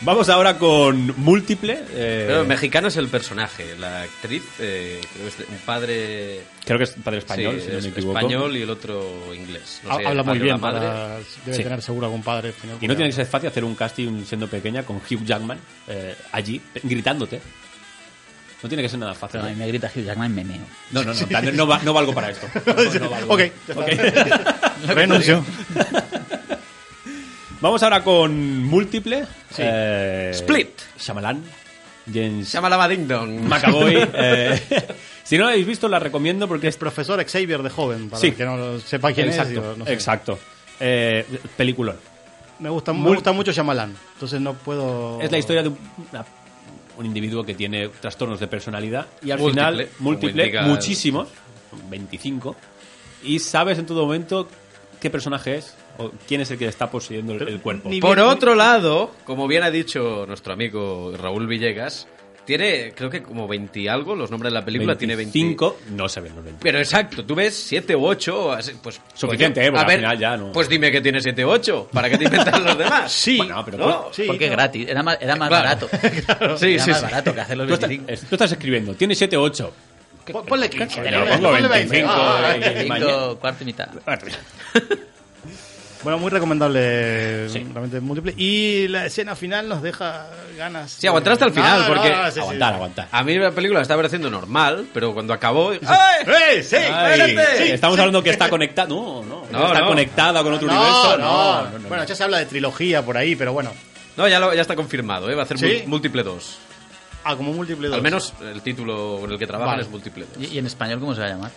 S1: Vamos ahora con múltiple. eh,
S3: Pero mexicano es el personaje, la actriz, eh, creo que es de- un padre
S1: creo que es padre español,
S3: sí,
S1: si no
S3: es
S1: me equivoco.
S3: español y el otro inglés. No
S2: ha-
S3: sé,
S2: habla muy
S3: el padre o
S2: bien,
S3: la madre.
S2: para- debe
S1: Sí.
S2: tener seguro algún padre. pues tener
S1: Y no
S2: cuidado.
S1: tiene que ser fácil hacer un casting siendo pequeña con Hugh Jackman eh, allí, pe- gritándote. No tiene que ser nada fácil.
S4: Pero a mí me grita Hugh Jackman, me meo.
S1: No, no, no, Tander, no, va- no valgo para
S3: [laughs]
S1: esto. No, no valgo.
S2: [laughs] Ok. Renuncio.
S1: Vamos ahora con múltiple.
S3: Sí.
S1: eh,
S3: Split.
S1: Shyamalan. James
S3: Se llama Lava Ding Dong.
S1: McAvoy.
S2: [laughs]
S1: eh, [laughs] si no la habéis visto, la recomiendo porque
S2: Es
S1: es
S2: profesor Xavier de joven, para
S1: Sí.
S2: el que no lo sepa quién
S1: exacto,
S2: es. digo, no sé.
S1: exacto. Eh, peliculón.
S2: Me gusta, me
S1: Mul-
S2: gusta mucho Shyamalan, entonces no puedo...
S1: Es la historia de un, una- un individuo que tiene trastornos de personalidad y al
S3: Múltiple,
S1: final
S3: como
S1: múltiple,
S3: indica-
S1: muchísimos, 25, y sabes en todo momento qué personaje es o quién es el que le está poseyendo el, el cuerpo.
S2: ni-
S3: Por otro lado, como bien ha dicho nuestro amigo Raúl Villegas, tiene, creo que como 20 y algo, los nombres de la película tiene 25.
S1: 25, no se ven los 20.
S3: Pero exacto, tú ves 7 u 8, así, pues...
S1: Suficiente, ¿eh?
S3: a
S1: Porque al
S3: ver,
S1: final ya no-
S3: Pues dime que tiene 7 u 8, ¿para qué te inventas
S1: [laughs]
S3: los demás?
S2: Sí.
S1: Bueno, pero
S3: ¿No?
S2: Sí,
S4: Porque
S2: no.
S4: gratis, era más, era más
S3: Claro.
S4: barato.
S3: Sí,
S4: era
S3: sí,
S4: más
S3: sí.
S4: barato que hacer los
S1: Tú estás, [laughs]
S4: 25.
S1: tú estás escribiendo, tiene 7 o 8.
S2: Pon- Ponle 15.
S1: Pero pongo
S2: ponle
S1: 25.
S2: Ah,
S1: y- y
S4: 25, cuarto y mitad.
S2: Bueno, muy recomendable
S1: Sí.
S2: realmente múltiple. Y la escena final nos deja ganas...
S3: Sí, aguantar hasta el final, porque-
S2: sí, sí.
S1: aguantar, aguantar.
S3: A mí la película me está pareciendo normal, pero cuando
S1: [laughs]
S3: acabó... ¡Ay!
S2: ¡Ey, sí!
S1: ¡Eh, Ay,
S2: espérate! Sí,
S1: estamos
S2: sí.
S1: hablando que está conectada. No, no, no
S3: No,
S1: está
S3: no.
S1: conectada con otro
S2: No,
S1: universo.
S2: no,
S1: no, no, no.
S2: Bueno, ya se habla de trilogía por ahí, pero bueno.
S3: No, ya, lo- ya está confirmado, ¿eh? Va a hacer
S2: ¿Sí?
S3: mul- múltiple 2.
S2: Ah, como múltiple dos.
S3: Al menos el título con el que trabajan
S2: Vale.
S3: es múltiple 2.
S4: ¿Y, y en español cómo se va a llamar?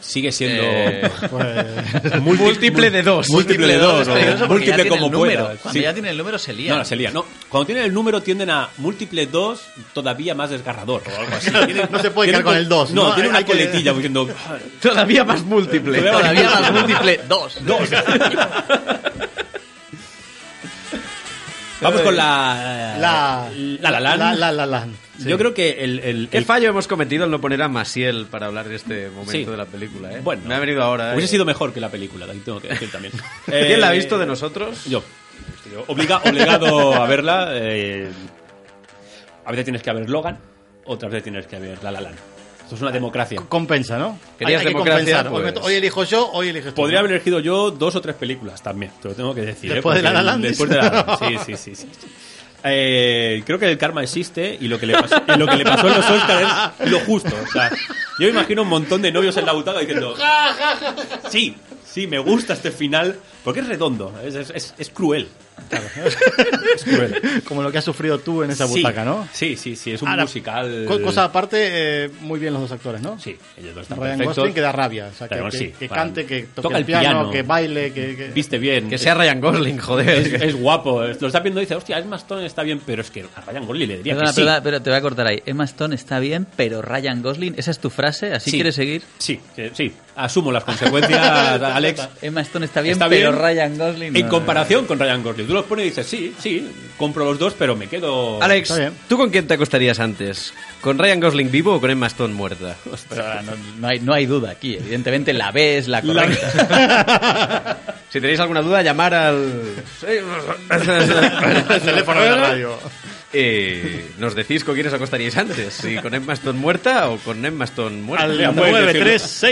S1: Sigue siendo.
S3: Eh,
S2: Pues-
S3: múltiple
S2: [laughs]
S3: de
S1: [laughs]
S3: 2.
S1: múltiple de dos,
S4: Pero eso
S1: o
S4: porque
S1: múltiple
S4: ya tiene el
S1: como
S4: número.
S1: pueda.
S4: Cuando
S1: Sí.
S4: ya tiene el número se lía.
S1: No, no, se lía, no. Cuando tienen el número tienden a múltiple 2 todavía más desgarrador o algo así. Tienen-
S2: [laughs] No se puede
S1: tienen
S2: quedar con
S1: un-
S2: el dos,
S1: No,
S2: ¿no?
S1: tiene una
S2: Hay que-
S1: coletilla
S2: [laughs]
S1: diciendo
S3: Todavía más múltiple.
S4: Todavía más múltiple, [laughs] dos.
S1: dos. Vamos con la.
S2: La...
S1: La La Land.
S2: La, la, la, Land. Sí.
S1: Yo creo que el. el-
S3: ¿Qué
S1: el-
S3: fallo hemos cometido al no poner a Maciel para hablar de este momento
S1: Sí.
S3: de la película? ¿eh?
S1: Bueno.
S3: me ha venido ahora.
S1: Hubiese
S3: eh.
S1: sido mejor que la película, tengo que decir también.
S3: ¿Quién
S1: Eh,
S3: la ha visto de nosotros?
S1: Yo. Yo obliga- obligado a verla. eh, a veces tienes que ver Logan, otras veces tienes que ver La La Land. Esto es una democracia.
S2: Compensa, ¿no?
S3: Querías democracia,
S2: Hoy, me
S3: pues.
S2: to- hoy elijo yo, hoy elijo tú.
S1: Podría haber elegido yo dos o tres películas también, te lo tengo que decir. ¿eh?
S2: Después de
S1: Porque
S2: La La Land,
S1: Después de La
S2: dices.
S1: La Land, sí, sí, sí. sí. Eh, creo que el karma existe y lo que le pasó, y lo que le pasó en los Oscars es lo justo. O sea, yo me imagino un montón de novios en la butaca diciendo: Sí, sí, me gusta este final porque es redondo, es, es- es- es cruel. Es cruel.
S2: [laughs] Como lo que has sufrido tú en esa
S1: Sí,
S2: butaca, ¿no?
S1: Sí, sí, sí, es un
S2: Ahora,
S1: musical.
S2: co- cosa aparte, eh, muy bien los dos actores, ¿no?
S1: Sí, ellos dos están
S2: Ryan
S1: perfectos.
S2: Gosling que da rabia. O sea, que,
S1: Claro,
S2: que-
S1: sí,
S2: que
S1: vale.
S2: cante, que toque
S1: Toca
S2: el
S1: el
S2: piano,
S1: piano.
S2: que baile, que... que-
S1: Viste bien.
S3: Que sea Ryan Gosling, joder.
S1: es, es guapo. Lo está viendo y dice, hostia, Emma Stone está bien, pero es que a Ryan Gosling le diría
S4: Perdona,
S1: que sí.
S4: perdona, pero te voy a cortar ahí. Emma Stone está bien, pero Ryan Gosling, esa es tu frase, así
S1: Sí.
S4: quieres seguir.
S1: Sí, que- sí. Asumo las consecuencias, Alex.
S4: Emma Stone está bien,
S1: Está
S4: pero
S1: bien.
S4: Ryan Gosling.
S1: En
S4: no.
S1: comparación con Ryan Gosling. Tú los pones y dices, sí, sí, compro los dos, pero me quedo... [laughs]
S3: [laughs] Alex,
S2: Está bien.
S3: ¿tú con quién te acostarías antes? ¿Con Ryan Gosling vivo o con Emma Stone muerta?
S4: Pero ahora no, no hay, no hay duda aquí, evidentemente la B es la
S1: La-
S4: correcta.
S3: Si tenéis alguna duda, llamar al...
S2: [laughs]
S3: [laughs]
S2: el teléfono de la radio.
S3: Eh, nos decís con quiénes acostaríais antes, si con Emma Stone muerta o con Emma Stone muerta.
S2: Al
S1: Ya puedes [laughs]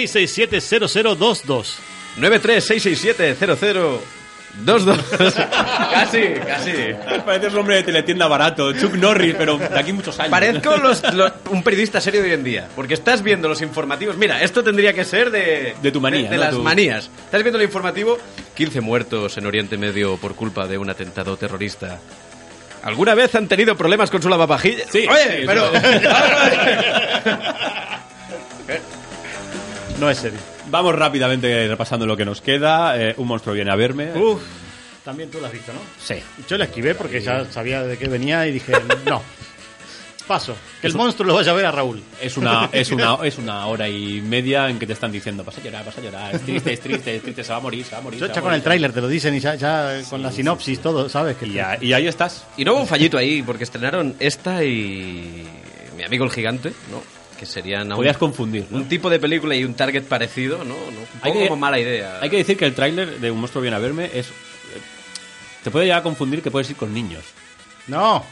S2: 936670022.
S3: 936670022. [laughs] casi, casi.
S1: Pareces un hombre de teletienda barato, Chuck Norris, pero de aquí muchos años.
S3: [laughs] Parezco los- lo- un periodista serio de hoy en día, porque estás viendo los informativos. Mira, esto tendría que ser de,
S1: De tu manía,
S3: de, de
S1: ¿no?
S3: las
S1: Tu-
S3: manías. Estás viendo el informativo, 15 muertos en Oriente Medio por culpa de un atentado terrorista. ¿Alguna vez han tenido problemas con su lavavajillas?
S1: Sí,
S3: Oye,
S1: sí,
S3: pero...
S2: No es serio.
S1: [laughs] Vamos rápidamente repasando lo que nos queda. Eh, un monstruo viene a verme.
S2: Uf, también tú lo has visto, ¿no?
S1: Sí.
S2: Yo la esquivé porque ya sabía de qué venía y dije, no. Paso. Que el monstruo lo vaya a ver a Raúl.
S1: Es una, es, una, es una hora y media en que te están diciendo, vas a llorar, vas a llorar, es triste, es triste, es triste, se va a morir, se va a morir.
S2: Yo
S1: se va
S2: ya
S1: a
S2: con el
S1: morir".
S2: tráiler te lo dicen y ya, ya con la sinopsis todo, sabes que
S1: Y, a- y ahí estás.
S3: Y no hubo un fallito ahí, porque estrenaron esta y. Mi amigo el gigante, ¿no? Que serían. aún
S1: Podías confundir. ¿no?
S3: Un tipo de película y un target parecido, ¿no? ¿No? Un
S1: Hay
S3: poco
S1: que-
S3: como mala idea.
S1: Hay que decir que el tráiler de Un monstruo viene a verme es... eh, Te puede llegar a confundir que puedes ir con niños.
S2: No.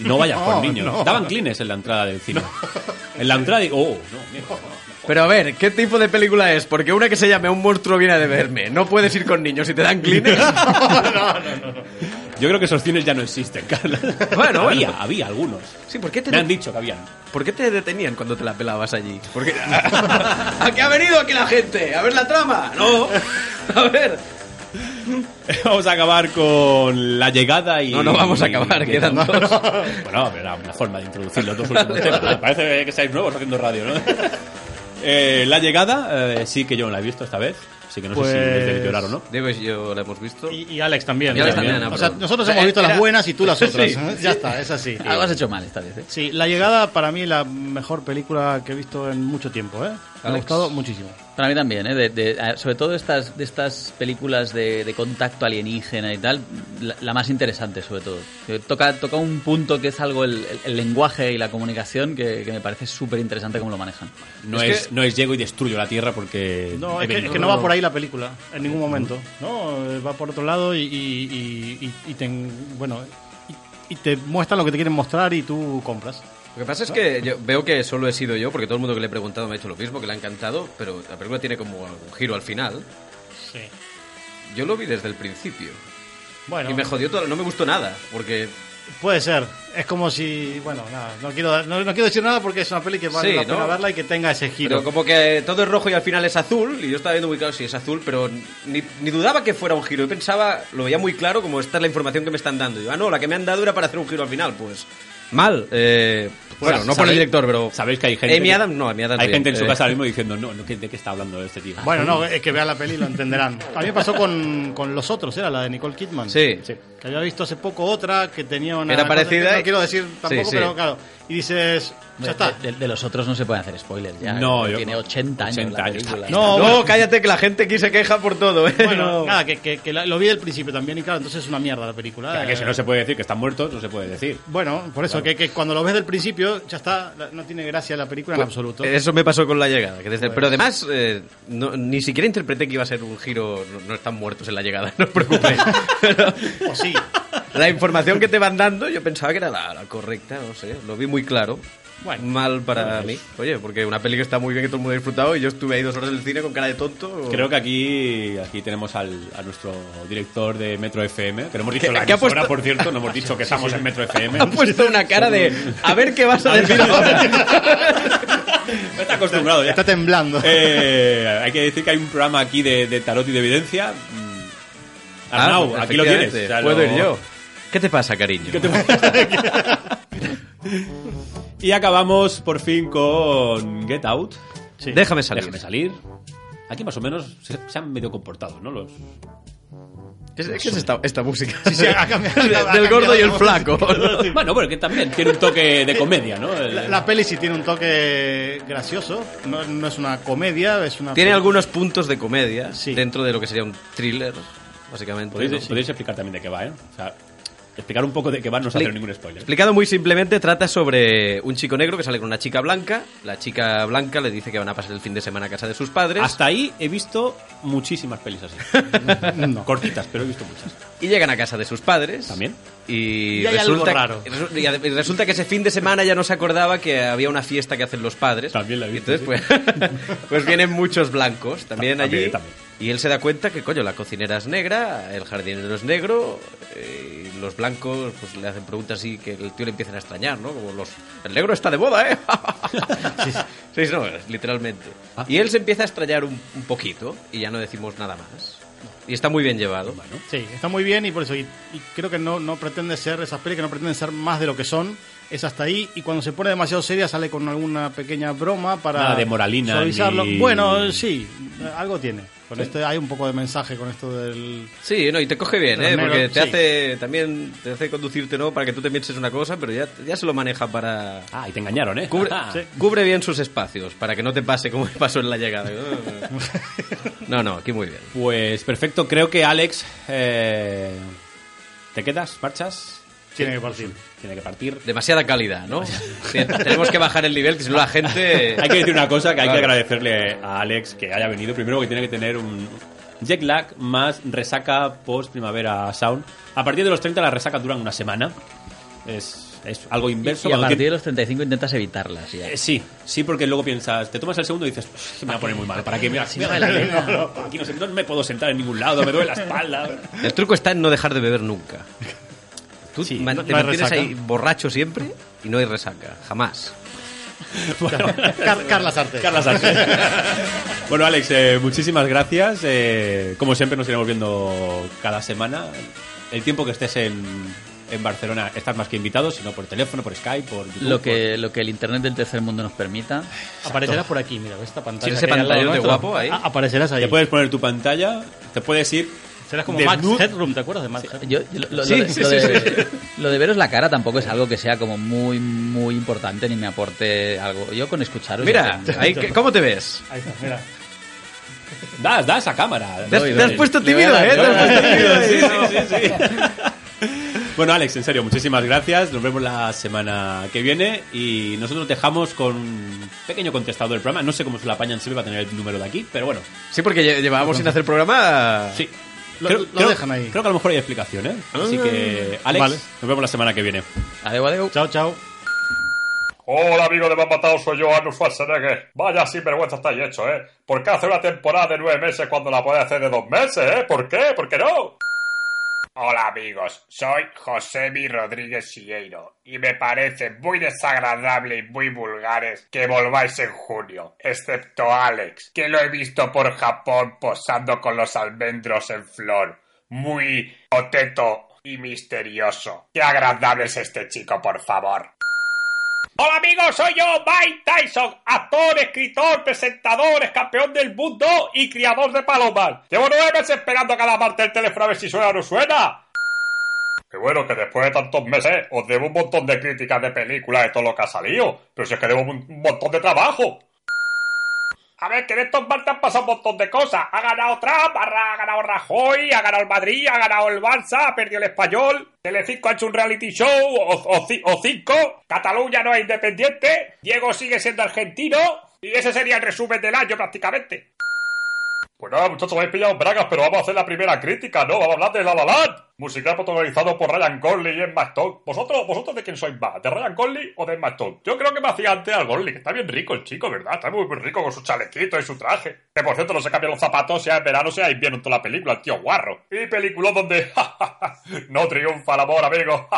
S1: No vayas
S2: No,
S1: con niños.
S2: no.
S1: Daban clines en la entrada del cine. En la entrada y... Oh, no, mierda, no.
S3: Pero a ver, ¿qué tipo de película es? Porque una que se llame Un monstruo viene a de verme. No puedes ir con niños y te dan clines.
S1: Yo creo que esos cines ya no existen, Carla.
S3: Bueno, Este
S1: había,
S3: bueno.
S1: había algunos.
S3: [laughs] sí, ¿por qué, te
S1: Me han dicho que habían.
S3: ¿por qué te detenían cuando te la pelabas allí? Porque... [laughs] ¿A qué ha venido aquí la gente? ¿A ver la trama? No. A ver.
S1: [laughs] Vamos a acabar con la llegada y...
S3: No, no vamos a acabar, quedan dos.
S1: [laughs] Bueno, pero era una forma de introducir los dos últimos temas. Parece que seáis nuevos haciendo radio, ¿no? [laughs] Eh, la llegada, eh, sí que yo no la he visto esta vez. Así que no sé si
S2: Pues-
S1: es de llorar o no.
S3: Diego y yo la hemos visto.
S2: Y, y Alex también.
S3: Y Alex
S1: también,
S3: ah,
S2: O sea,
S3: perdón.
S2: nosotros
S3: O sea,
S2: hemos visto
S3: era-
S2: las buenas y tú las otras.
S3: [laughs] Sí.
S2: Ya está, es
S3: [laughs]
S2: así.
S4: Algo has hecho mal esta vez, ¿eh?
S2: Sí, La Llegada para mí la mejor película que he visto en mucho tiempo, ¿eh? Me ha
S3: Alex.
S2: gustado muchísimo.
S4: Para mí también, ¿eh? De- de- a- sobre todo estas, de estas películas de, de contacto alienígena y tal, la, la más interesante sobre todo. Que Toca, toca un punto que es algo el, el- el lenguaje y la comunicación que, que me parece súper interesante cómo lo manejan.
S1: No
S3: Es
S1: es,
S3: que-
S1: no es llego y destruyo la tierra porque.
S2: No,
S1: he
S2: es que,
S1: venido.
S2: es que no va por ahí la película, en ningún momento. No, eh, va por otro lado y, y- y- y- y te, en- bueno, y, y te muestran lo que te quieren mostrar y tú compras.
S3: Lo que pasa es que yo veo que solo he sido yo, porque todo el mundo que le he preguntado me ha dicho lo mismo, que le ha encantado, pero la película tiene como un giro al final.
S2: Sí.
S3: Yo lo vi desde el principio.
S2: Bueno,
S3: Y me jodió todo, no me gustó nada, porque...
S2: puede ser. Es como si, bueno, nada, no quiero, no, no quiero decir nada porque es una peli que vale
S3: Sí,
S2: la pena
S3: ¿no?
S2: verla y que tenga ese
S3: Pero
S2: giro.
S3: como que todo es rojo y al final es azul, y yo estaba viendo muy claro si es azul, pero ni, ni dudaba que fuera un giro. Yo pensaba, lo veía muy claro, como esta es la información que me están dando. Y yo, ah, no, la que me han dado era para hacer un giro al final, pues... Mal. eh, bueno,
S1: Sa-
S3: no por el
S1: sabéis-
S3: director, pero...
S1: Sabéis que hay gente.
S3: Amy
S1: que-
S3: Adams, no, Amy Adams
S1: Hay
S3: bien,
S1: gente en su
S3: eh.
S1: casa ahora mismo diciendo, no, no, ¿qué- ¿de qué está hablando este tío?
S2: Bueno, no, es que vean la peli y lo entenderán. A mí me pasó con, con Los Otros, era la de Nicole Kidman.
S3: Sí.
S2: Que había visto hace poco otra que tenía una...
S3: Era
S2: cosa
S3: parecida
S2: que
S3: y-
S2: No quiero decir tampoco,
S3: Sí, sí.
S2: pero claro. Y dices, ya está.
S4: De, de- de los otros no se pueden hacer spoilers ya.
S1: No, yo-
S4: Tiene 80 años.
S1: 80
S4: la
S1: años,
S4: película.
S1: está-
S2: No,
S3: No,
S2: bueno.
S3: cállate, que la gente aquí se queja por todo, ¿eh? [laughs]
S2: Bueno,
S3: No.
S2: nada, que, que- que la- lo vi del principio también y claro, entonces es una mierda la película.
S1: Claro, que si no se puede decir que están muertos, no se puede decir.
S2: Bueno, por eso, que, que cuando lo ves del principio ya está, la- no tiene gracia la película
S3: Pues,
S2: en absoluto.
S3: Eso me pasó con la llegada. que desde- Pero además, eh, no- ni siquiera interpreté que iba a ser un giro. No, no están muertos en la llegada, [laughs] no os preocupéis. Pero
S2: O sí.
S3: la información que te van dando, yo pensaba que era la, la correcta, no sé. Lo vi muy claro.
S2: Bueno.
S3: Mal para mí. Oye, porque una peli que está muy bien, que todo el mundo ha disfrutado, y yo estuve ahí dos horas en el cine con cara de tonto.
S1: Creo que aquí, aquí tenemos al, a nuestro director de Metro FM, que no hemos dicho
S3: Que-
S1: la
S3: que ha
S1: emisora,
S3: puesto-
S1: por cierto, no hemos dicho que estamos en Metro
S3: [laughs]
S1: FM.
S3: Han puesto una cara de. A ver qué vas a decir [laughs] ahora.
S1: Está acostumbrado ya.
S2: Está temblando.
S1: Eh, hay que decir que hay un programa aquí de, de tarot y de evidencia. Mm. Arnau,
S3: Ah,
S1: aquí lo tienes.
S3: efectivamente,
S1: O sea, lo-
S3: Puedo ir yo. ¿Qué te pasa, cariño?
S1: Y acabamos por fin con Get Out.
S2: Sí.
S3: Déjame salir.
S1: Déjame salir. Aquí más o menos se, se han medio comportado, ¿no? Los, [laughs]
S3: ¿Qué [laughs] es, qué es esta, esta música?
S2: sí, ha cambiado,
S3: De-
S2: ha cambiado
S3: [laughs] Del gordo y el
S2: la
S3: [laughs] flaco.
S1: Bueno, porque también tiene un toque de comedia, ¿no? El-
S2: La, la peli sí tiene un toque gracioso, no, no es una comedia, es una...
S3: Tiene
S2: peli-
S3: algunos puntos de comedia
S2: Sí.
S3: dentro de lo que sería un thriller, básicamente.
S1: ¿Podéis,
S3: Sí.
S1: podéis explicar también de qué va, ¿eh? O sea, explicar un poco de qué va no os
S3: Expli-
S1: hacer ningún spoiler.
S3: Explicado muy simplemente, trata sobre un chico negro que sale con una chica blanca. La chica blanca le dice que van a pasar el fin de semana a casa de sus padres.
S1: Hasta ahí he visto muchísimas pelis así.
S2: [laughs] No.
S1: Cortitas, pero he visto muchas.
S3: Y llegan a casa de sus padres.
S1: También.
S3: Y,
S2: Y hay algo
S3: resulta,
S2: raro.
S3: y resu- Y ade- y resulta que ese fin de semana ya no se acordaba que había una fiesta que hacen los padres.
S1: También la he
S3: Y
S1: visto,
S3: Entonces, pues, [laughs] pues vienen muchos blancos también
S1: Ta- también,
S3: allí.
S1: también.
S3: Y él se da cuenta que, coño, la cocinera es negra, el jardinero es negro, eh, y los blancos pues le hacen preguntas así que el tío le empiezan a extrañar, ¿no? Como los... El negro está de moda, ¿eh? [laughs] sí, sí, no, literalmente.
S1: Ah.
S3: Y él se empieza a extrañar un, un poquito y ya no decimos nada más. Y está muy bien llevado.
S2: Sí, está muy bien y por eso y, y creo que no, no pretende ser esas pelis que no pretenden ser más de lo que son. Es hasta ahí y cuando se pone demasiado seria sale con alguna pequeña broma para
S1: Nada de moralina
S2: suavizarlo.
S1: ni-
S2: Bueno, sí, algo tiene. Con este hay un poco de mensaje con esto del
S3: Sí, no, y te coge bien, ¿eh?
S2: Romero,
S3: Porque te
S2: sí.
S3: hace también te hace conducirte, ¿no? Para que tú te pienses una cosa, pero ya, ya se lo maneja para...
S1: Ah, y te engañaron, ¿eh?
S3: Cubre,
S1: Ah.
S2: sí.
S3: cubre bien sus espacios, para que no te pase como me pasó en la llegada. No, no, aquí muy bien.
S1: Pues perfecto, creo que Alex. eh, ¿Te quedas? ¿Marchas?
S2: tiene que partir.
S1: Tiene que partir.
S3: Demasiada calidad, ¿no? Sí, tenemos que bajar el nivel, que si no la gente...
S1: Hay que decir una cosa que hay que
S3: Claro.
S1: agradecerle a Alex que haya venido. Primero que tiene que tener un jet lag más resaca post primavera sound. A partir de los 30 las resacas duran una semana. Es, es algo inverso.
S4: Y a
S1: Cuando
S4: partir
S1: ti-
S4: de los 35 intentas evitarlas ya.
S1: Eh, Sí, sí, porque luego piensas, te tomas el segundo y dices, "Uf, me va a poner muy mal. ¿Para qué? Mira,
S4: Si no vale la pena.
S1: aquí no, sé, no me puedo sentar en ningún lado, me duele la espalda.
S3: El truco está en no dejar de beber nunca. Tú
S1: Sí,
S3: man-
S2: no-
S3: te
S2: no hay
S3: mantienes
S2: resaca.
S3: ahí borracho siempre y no hay resaca, jamás.
S2: [laughs] Car- Carla
S1: [laughs]
S2: Sarte.
S1: Carla Sánchez. bueno, Alex, eh, muchísimas gracias. Eh, como siempre, nos iremos viendo cada semana. El tiempo que estés en, en Barcelona, estás más que invitado, sino por teléfono, por Skype, por YouTube,
S4: Lo que, lo que el internet del tercer mundo nos permita.
S2: Aparecerás por aquí, mira, esta pantalla.
S3: Sí, ese
S2: que hay al lado
S3: pantallón de
S2: nuestro.
S3: guapo ahí.
S2: Ah, aparecerás
S1: por-
S2: ahí.
S1: Te puedes poner tu pantalla, te puedes ir.
S2: Serás como
S1: desnudo.
S2: Max Headroom, ¿te acuerdas de Max Headroom?
S4: Yo- yo lo- lo,
S3: Sí,
S4: lo de-
S3: sí,
S4: lo
S3: sí,
S4: de, lo de veros la cara tampoco es algo que sea como muy, muy importante ni me aporte algo. Yo con escucharos. ya
S3: Mira,
S4: tengo.
S3: ahí que- ¿cómo te ves?
S2: Ahí está, mira.
S1: Das, das a cámara.
S3: Te has,
S4: Doy,
S3: te has
S4: doy.
S3: puesto
S4: Le voy a
S3: tímido,
S4: dar,
S3: ¿eh? Te
S4: le voy
S3: has
S4: a
S3: puesto tímido ahí.
S1: Sí, sí, sí, sí. [laughs] Bueno, Alex, en serio, muchísimas gracias. Nos vemos la semana que viene y nosotros te dejamos con un pequeño contestador del programa. No sé cómo se lo apañan siempre para tener el número de aquí, pero bueno,
S3: Sí, porque lle- llevábamos sin hacer programa.
S1: Sí.
S2: Lo- lo dejan ahí. Ah,
S1: Creo que a lo mejor hay explicación, ¿eh? Así que, Alex,
S2: Vale.
S1: nos vemos la semana que viene.
S4: Adeu, adeu.
S2: Chao, chao.
S6: Hola amigos de Mamatao, soy yo, Arnold Schwarzenegger. Vaya sinvergüenza estáis hecho, ¿eh? ¿Por qué hacer una temporada de nueve meses cuando la podéis hacer de dos meses, eh? ¿Por qué? ¿Por qué no? Hola amigos, soy Josemi Rodríguez Silleiro y me parece muy desagradable y muy vulgares que volváis en junio, excepto Alex, que lo he visto por Japón posando con los almendros en flor. Muy oteto y misterioso. Qué agradable es este chico, por favor. Hola amigos, soy yo, Mike Tyson, actor, escritor, presentador, es campeón del mundo y criador de palomas. Llevo nueve meses esperando cada parte el teléfono a ver si suena o no suena. Que bueno, que después de tantos meses os debo un montón de críticas de películas de todo lo que ha salido, pero si es que debo un un montón de trabajo. A ver, que en estos martes han pasado un montón de cosas. Ha ganado Trump, ha ra- ha ganado Rajoy, ha ganado el Madrid, ha ganado el Barça, ha perdido el Español. Telecinco ha hecho un reality show, o, o ci- o cinco. Cataluña no es independiente. Diego sigue siendo argentino. Y ese sería el resumen del año prácticamente. Pues nada, muchachos, habéis pillado en bragas, pero vamos a hacer la primera crítica, ¿no? Vamos a hablar de La La Land, musical protagonizado por Ryan Conley y Emma Stone. ¿Vosotros, ¿Vosotros de quién sois más? ¿De Ryan Conley o de Emma Stone? Yo creo que me hacía antes al Conley, que está bien rico el chico, ¿verdad? Está muy, muy rico con su chalequito y su traje. Que, por cierto, no se cambian los zapatos, sea en verano, sea en invierno en toda la película, el tío guarro. Y película donde... [laughs] no triunfa el amor, amigo.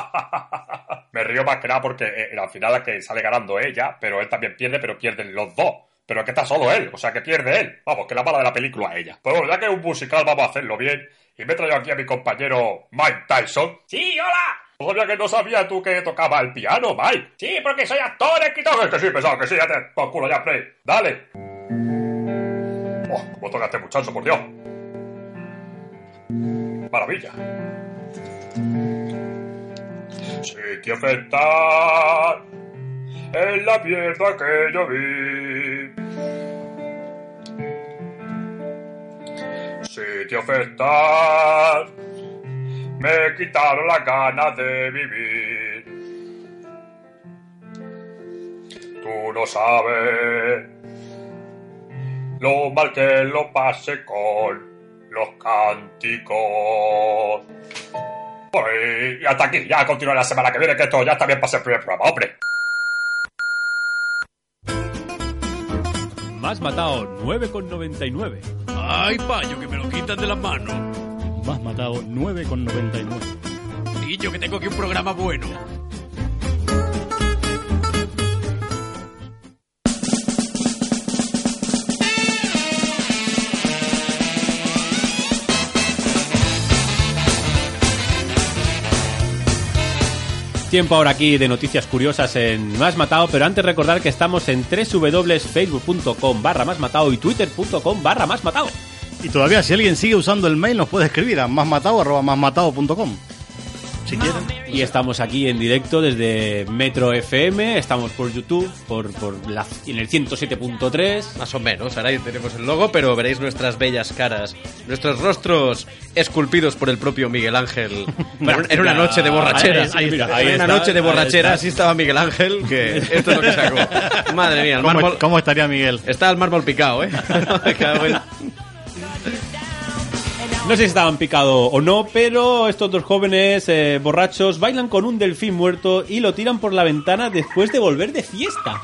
S6: [laughs] me río más que nada porque eh, al final la que sale ganando ella, pero él también pierde, pero pierden los dos. Pero que está solo él, o sea que pierde él. Vamos, que la mala de la película es ella. Pues bueno, ya que es un musical, vamos a hacerlo bien. Y me he traído aquí a mi compañero Mike Tyson. ¡Sí, hola! Todavía que no sabía tú que tocaba el piano, Mike. Sí, porque soy actor, escritor. Que sí, pesado, que sí, ya te por culo, ya, play. Dale. Oh, cómo toca este muchacho, por Dios. Maravilla. Sitio fetal en la mierda que yo vi. Sitio fetal, me quitaron las ganas de vivir. Tú no sabes lo mal que lo pasé con los cánticos. Bueno, y y hasta aquí, ya continúa la semana que viene, que esto ya está bien para ser el primer programa, hombre.
S1: Más matado 9,99.
S7: Ay, payo, que me lo quitan de las manos.
S2: Más matado 9,99.
S7: Niño, que tengo aquí un programa bueno.
S1: Tiempo ahora aquí de noticias curiosas en Más Matado, pero antes recordar que estamos en www.facebook.com barra Más Matado y twitter.com barra Más Matado.
S2: Y todavía, si alguien sigue usando el mail, nos puede escribir a másmatado.com. Si quieren.
S1: Y estamos aquí en directo desde Metro FM, estamos por YouTube, por, por la, en el 107.3.
S3: Más o menos, ahora ya tenemos el logo, pero veréis nuestras bellas caras, nuestros rostros esculpidos por el propio Miguel Ángel. Bueno, en una noche de borracheras.
S1: Ahí está, ahí
S3: en
S1: está,
S3: una noche de
S1: ahí está.
S3: borracheras, así estaba Miguel Ángel, que esto es lo que sacó. Madre mía, el
S2: ¿Cómo,
S3: mármol.
S2: cómo estaría Miguel?
S3: Está el mármol picado, ¿eh? [laughs] Me cago en-
S1: No sé si estaban picado o no, pero estos dos jóvenes eh, borrachos bailan con un delfín muerto y lo tiran por la ventana después de volver de fiesta.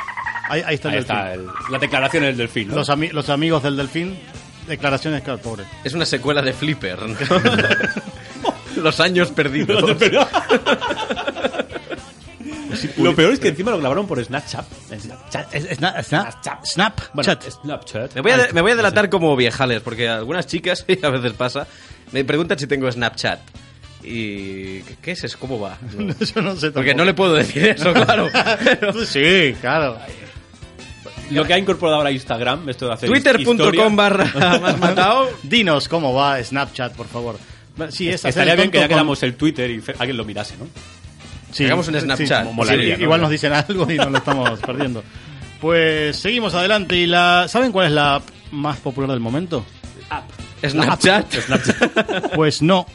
S2: Ahí, ahí está el
S1: Ahí
S2: delfín.
S1: está el- la declaración del delfín. ¿no? [laughs]
S2: Los, ami- los amigos del delfín, declaraciones, claro, pobre.
S3: Es una secuela de Flipper. ¿no? Los años perdidos.
S1: Lo peor es que encima lo grabaron por Snapchat. Snapchat.
S2: snap, snap,
S1: Bueno, Snapchat.
S3: Me voy, a, me voy a delatar como viejales, porque algunas chicas, [laughs] y a veces pasa, me preguntan si tengo Snapchat. ¿Y qué- qué es eso? ¿Cómo va? No.
S2: [laughs] Yo no sé
S3: Porque no le puedo decir
S2: [laughs]
S3: eso, claro.
S2: tampoco. Sí, claro.
S1: Lo que ha incorporado ahora Instagram, esto de hacer historia.
S3: Twitter.com
S2: [laughs] Ah,
S3: barra más matado.
S2: Dinos cómo va Snapchat, por favor. Sí, es hacer
S1: Estaría
S2: el
S1: bien que ya
S2: tonto con-
S1: quedamos el Twitter y fe- alguien lo mirase, ¿no?
S2: Sí,
S3: Hagamos un
S2: sí,
S3: Snapchat.
S2: sí,
S1: Molaría,
S2: sí,
S1: ¿no?
S2: igual nos dicen algo y nos lo estamos perdiendo. Pues seguimos adelante y la ¿saben cuál es la app más popular del momento?
S3: Snapchat.
S2: Pues no,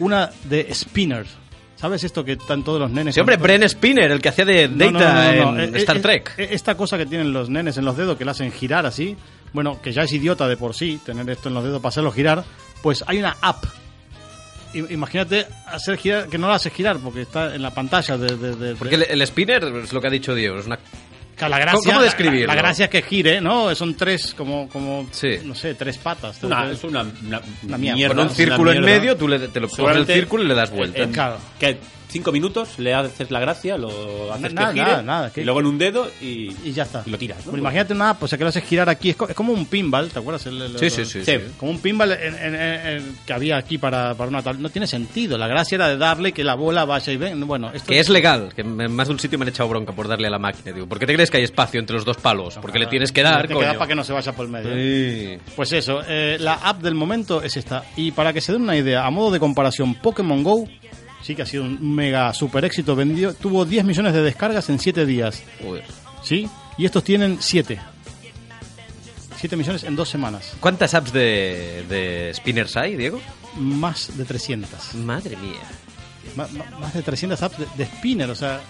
S2: una de Spinner. ¿Sabes esto que están todos los nenes?
S3: Sí, hombre,
S2: con-
S3: Bren Spinner, el que hacía de
S2: No, no,
S3: Data
S2: no, no, no.
S3: en
S2: Eh,
S3: Star
S2: eh,
S3: Trek.
S2: eh, Esta cosa que tienen los nenes en los dedos que la hacen girar así, bueno, que ya es idiota de por sí tener esto en los dedos para hacerlo girar, pues hay una app. I- Imagínate hacer girar, que no la haces girar porque está en la pantalla de... de- de-
S3: Porque el, el Spinner es lo que ha dicho Diego. Es una...
S2: Claro, la gracia,
S3: ¿Cómo describirlo?
S2: La, la gracia es que gire, ¿no? Son tres, como, como
S3: Sí.
S2: no sé, tres patas.
S1: Una-
S2: Tres-
S1: es una, una,
S2: Una mierda. Eh,
S3: Con un
S1: es una
S3: círculo en
S1: mierda.
S3: medio, tú le, te lo pones el
S1: Solamente-
S3: círculo y le das vuelta.
S1: En-
S2: Claro.
S1: Que cinco minutos le haces la gracia, lo haces
S2: Nada,
S1: que gire,
S2: nada, nada, que-
S1: y luego en un dedo y,
S2: Y ya está.
S1: y lo tiras. ¿no?
S2: Bueno, imagínate pues una app, o sea, que lo haces girar aquí. Es, co- es como un pinball, ¿te acuerdas? El- el-
S3: Sí,
S2: el-
S3: sí,
S1: Sí.
S3: sí. sí.
S2: Como un pinball en- en- en- en- que había aquí para, para una tabla. No tiene sentido. La gracia era de darle que la bola vaya y venga. Bueno, esto
S3: Que es legal, que en más de un sitio me han echado bronca por darle a la máquina. Digo, ¿por qué te crees que hay espacio entre los dos palos? Porque le tienes que dar,
S2: Te
S3: coño.
S2: queda para que no se vaya por el medio.
S3: Sí.
S2: Pues eso, eh, la app del momento es esta. Y para que se den una idea, a modo de comparación, Pokémon Go sí que ha sido un mega super éxito. Vendió, tuvo 10 millones de descargas en 7 días.
S3: Joder.
S2: ¿Sí? Y estos tienen 7. 7 millones en 2 semanas.
S3: ¿Cuántas apps de, de spinners hay, Diego?
S2: Más de 300.
S3: Madre mía.
S2: Ma- ma- Más de 300 apps de, de spinner, o sea.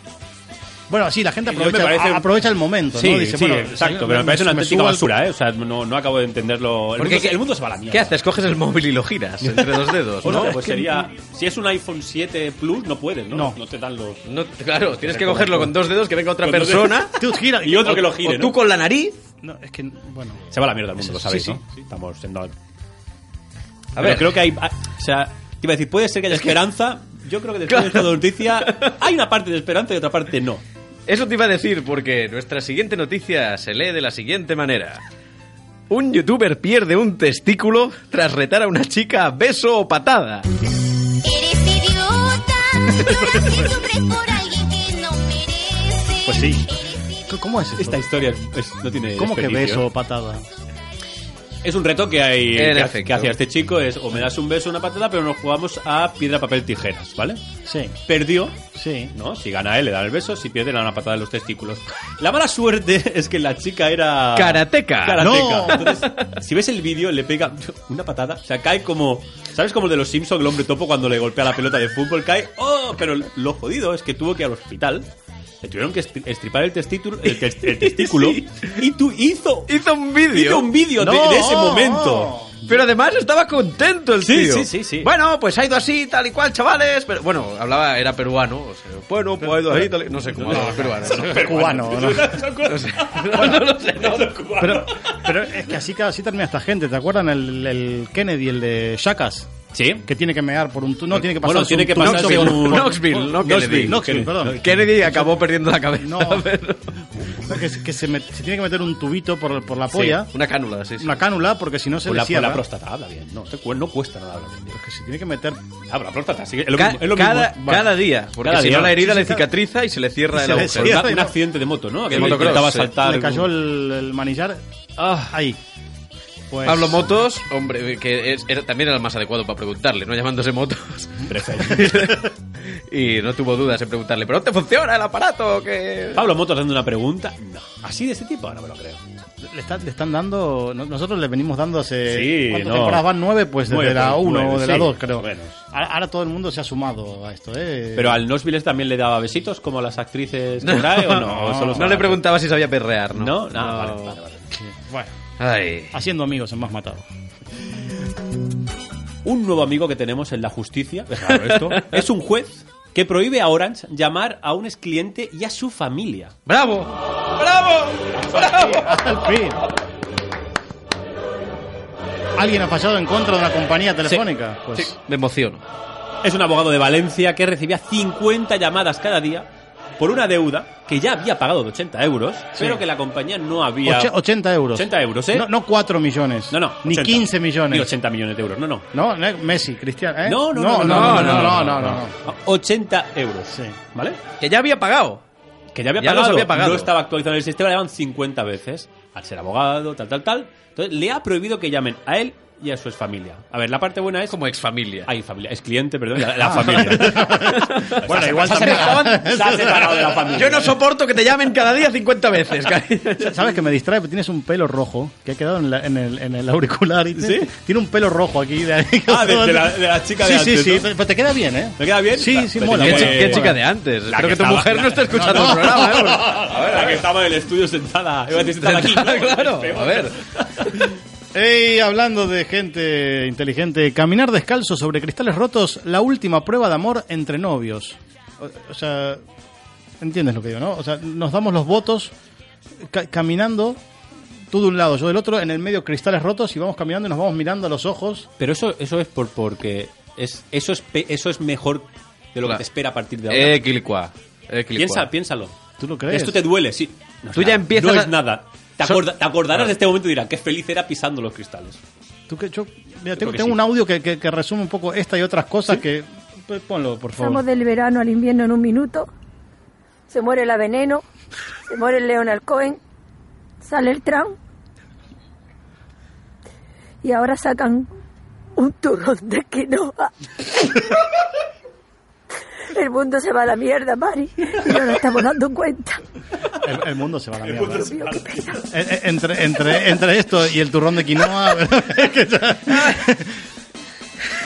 S2: Bueno, sí, la gente
S1: Yo me
S2: aprovecha,
S1: parece un-
S2: aprovecha el momento,
S1: Sí,
S2: ¿no? Dice,
S1: sí,
S2: bueno,
S1: exacto,
S2: señor,
S1: pero me parece una
S2: me
S1: auténtica
S2: subo al-
S1: basura, ¿eh? O sea, no, no acabo de entenderlo. El,
S3: Porque
S1: mundo, se-
S3: ¿qué-
S1: el mundo se va a la mierda.
S3: ¿Qué haces? Coges el móvil y lo giras entre los
S1: [laughs]
S3: dedos,
S1: Bueno,
S3: ¿no?
S1: pues sería. Si es un iPhone 7 Plus, no puedes, ¿no?
S2: No.
S1: te dan los.
S3: No, claro, tienes que cogerlo con dos dedos, que venga otra
S1: Con dos
S3: persona.
S2: Tú gira-
S1: Y otro [laughs] que lo gire.
S3: O
S1: ¿no?
S3: tú con la nariz.
S2: No, es que, bueno.
S1: Se va a la mierda el mundo, lo
S2: Sí,
S1: sabéis,
S2: sí.
S1: ¿no? Estamos siendo. A
S3: A
S1: ver,
S3: ver.
S1: creo que hay. ah, O sea, te iba a decir, puede ser que haya esperanza. Yo creo que después [laughs] de esta noticia hay una parte de esperanza y otra parte no.
S3: Eso te iba a decir porque nuestra siguiente noticia se lee de la siguiente manera. Un youtuber pierde un testículo tras retar a una chica a beso o patada.
S8: Eres idiota, lloras y sufres por alguien que no merece.
S2: Pues sí. ¿Cómo es esto?
S1: Esta historia es- no tiene.
S2: ¿Cómo que
S1: desperdicio. ¿eh?
S2: beso o patada?
S1: Es un reto que hay
S3: En
S1: que, ha-
S3: efecto.
S1: que hacía este chico: es o me das un beso o una patada, pero nos jugamos a piedra, papel, tijeras, ¿vale?
S2: Sí,
S1: Perdió,
S2: sí.
S1: ¿no? Si gana él, le dan el beso, si pierde, le dan una patada en los testículos. La mala suerte [laughs] es que la chica era.
S3: Karateka.
S1: Karateka.
S2: No.
S1: [laughs] Entonces, si ves el vídeo, le pega [laughs] una patada, o sea, cae como. ¿Sabes como el de los Simpsons, el hombre topo, cuando le golpea la pelota de fútbol? Cae. ¡Oh! Pero lo jodido es que tuvo que ir al hospital. Le tuvieron que estri- estripar el, testículo- el, test-
S2: [laughs]
S1: el testículo. Y tú hizo.
S3: Hizo un
S1: Hizo
S3: vídeo.
S1: un vídeo de-
S2: No. oh.
S1: de, ese momento.
S3: Pero además estaba contento el
S1: Sí,
S3: tío.
S1: sí, sí, sí.
S3: Bueno, pues ha ido así, tal y cual, chavales. Pero bueno, hablaba, era peruano. o sea, bueno, pues ha ido así, tal y No sé cómo hablaba el peruano. ¿no?
S2: Cubano,
S3: [laughs]
S2: ¿no?
S3: No lo sé, no.
S2: Pero, pero es que así, cada- así termina esta gente. ¿Te acuerdan el, el Kennedy, el de Shakas?
S1: Sí.
S2: Que tiene que mear por un tu- No, tiene que pasar
S1: Bueno, tiene que pasar
S3: Knoxville,
S1: por un-
S3: Knoxville, no Kennedy.
S2: Knoxville, perdón.
S3: [laughs] Kennedy acabó perdiendo la cabeza.
S2: No.
S3: pero-
S2: que, se- que se, met- se tiene que meter un tubito por, por la
S3: Sí,
S2: polla,
S3: una cánula, sí. sí.
S2: una cánula, porque si no se
S1: Con
S2: le
S1: la, con
S2: cierra.
S1: la próstata habla bien. No, este cu- no cuesta nada hablar bien.
S2: Pero es que se tiene que meter.
S1: Ah, pero la próstata, sí que es lo
S3: Ca-
S1: mismo. es lo
S3: cada,
S1: mismo.
S3: cada día. Porque
S1: Cada
S3: si
S1: día.
S3: no, la herida
S2: Sí, sí,
S3: le
S2: cada-
S3: cicatriza y se le cierra
S2: Se
S3: el
S2: le
S3: agujero.
S2: cierra.
S1: Una- un accidente de moto, ¿no? Que
S3: motocross,
S1: intentaba
S3: sí.
S1: saltar.
S2: Le cayó el, el manillar ahí. Pues,
S3: Ah. Pablo Motos, hombre, que es- era- también era el más adecuado para preguntarle, no llamándose Motos. [laughs] y no tuvo dudas en preguntarle, ¿pero te funciona el aparato? Que...
S1: Pablo Motos dando una pregunta. No. ¿Así de ese tipo? No me lo creo.
S2: le, está- le están dando. no- Nosotros le venimos dando hace.
S1: Sí,
S2: ¿Cuántas
S1: no.
S2: temporadas van? Nueve, pues desde
S1: Nueve,
S2: la
S1: pues,
S2: uno
S1: nueve,
S2: o de la
S1: sí,
S2: dos,
S1: más
S2: creo.
S1: o menos.
S2: Ahora, ahora todo el mundo se ha sumado a esto, ¿eh?
S1: Pero al Nosville también le daba besitos como a las actrices
S2: [laughs]
S1: que trae o no. ¿O solo se
S3: No
S1: va
S3: le
S1: a-
S3: preguntaba si sabía perrear, ¿no?
S1: No, nada, vale, vale, vale.
S2: Sí, Bueno,
S3: Ay.
S2: haciendo amigos en
S1: [laughs]
S2: Más Matado.
S1: Un nuevo amigo que tenemos en la justicia. Es raro esto. [laughs] es un juez que prohíbe a Orange llamar a un ex cliente y a su familia.
S3: ¡Bravo!
S2: Hasta el fin. ¿Alguien ha fallado en contra de una compañía telefónica? Pues
S3: Sí, me emociono.
S1: Es un abogado de Valencia que recibía 50 llamadas cada día por una deuda que ya había pagado de 80 euros, pero que la compañía no había...
S2: oche- 80 euros.
S1: 80 euros, ¿eh?
S2: No, no 4 millones.
S1: no, no,
S2: Ni
S1: 80.
S2: 15 millones.
S1: Ni 80 millones de euros, no, no.
S2: No, no, Messi, Cristiano, ¿eh?
S1: No, no,
S2: no, no, no, no, no, no.
S1: 80 euros,
S2: Sí.
S1: ¿vale?
S3: Que ya había pagado.
S1: Que ya había
S3: Ya los
S1: pagado,
S3: había pagado.
S1: no estaba actualizado el sistema, le llaman 50 veces al ser abogado, tal, tal, tal. Entonces le ha prohibido que llamen a él y a su familia. A ver, la parte buena es...
S3: Como exfamilia.
S1: Ay, familia, es cliente,
S3: [laughs]
S1: perdón, la, la familia.
S2: Bueno, igual
S1: se
S2: también. [laughs]
S1: ha separado de la familia.
S3: Yo no soporto que te llamen cada día 50 veces, [laughs] cariño.
S2: ¿Sabes que me distrae? Porque tienes un pelo rojo que ha quedado en, la- en el, en el auricular. Y
S1: ¿Sí?
S2: Tiene un pelo rojo aquí. De
S1: Ah, de- de la- de la chica de
S2: sí,
S1: antes,
S2: Sí, sí,
S1: ¿no?
S2: pero te queda bien, ¿eh?
S1: ¿Me queda bien?
S2: Sí, sí,
S1: Pues
S2: mola,
S1: sí,
S3: ¿Qué,
S2: mola.
S1: sí,
S2: Eh,
S3: chi- qué
S2: bueno.
S3: chica de antes?
S1: La
S3: Espero
S1: que
S3: que, tu
S1: estaba-
S3: mujer no esté escuchando el programa. ¿eh?
S1: [laughs] A ver, la que estaba en el estudio sentada. Iba a decir sentada [laughs] aquí. ¿no?
S3: claro,
S1: Peor.
S3: a ver.
S2: Ey, hablando de gente inteligente, caminar descalzo sobre cristales rotos, la última prueba de amor entre novios. O, o sea, entiendes lo que digo, ¿no? O sea, nos damos los votos ca- caminando, tú de un lado, yo del otro, en el medio cristales rotos y vamos caminando y nos vamos mirando a los ojos.
S1: Pero eso, eso es por, porque es, eso, es, pe- eso es mejor de lo que
S3: Claro.
S1: te espera a partir de ahora.
S3: Eh, Quilicua. Eh, Quilicua.
S1: Piensa, piénsalo.
S2: ¿Tú lo crees?
S1: Esto te duele, sí. No es
S3: Tú ya
S1: nada.
S3: empiezas
S1: No
S3: a-
S1: es nada. Te,
S3: Son-
S1: acorda- te acordarás de este momento y dirás, qué feliz era pisando los cristales.
S2: ¿Tú qué? Yo- mira, tengo,
S1: que
S2: tengo
S1: sí.
S2: un audio que, que- que resume un poco esta y otras cosas que... pues, Ponlo, por
S9: Pasamos
S2: favor.
S9: del verano al invierno en un minuto. Se muere la veneno, se muere el Leonard Cohen, sale el tram. Y ahora sacan un turrón de quinoa. El mundo se va a la mierda, Mari, y no nos estamos dando cuenta.
S2: [laughs] El, el mundo se va a la mierda.
S9: Dios mío, qué pena.
S2: Eh, eh, Entre, entre, entre esto y el turrón de quinoa... [laughs] es que ya-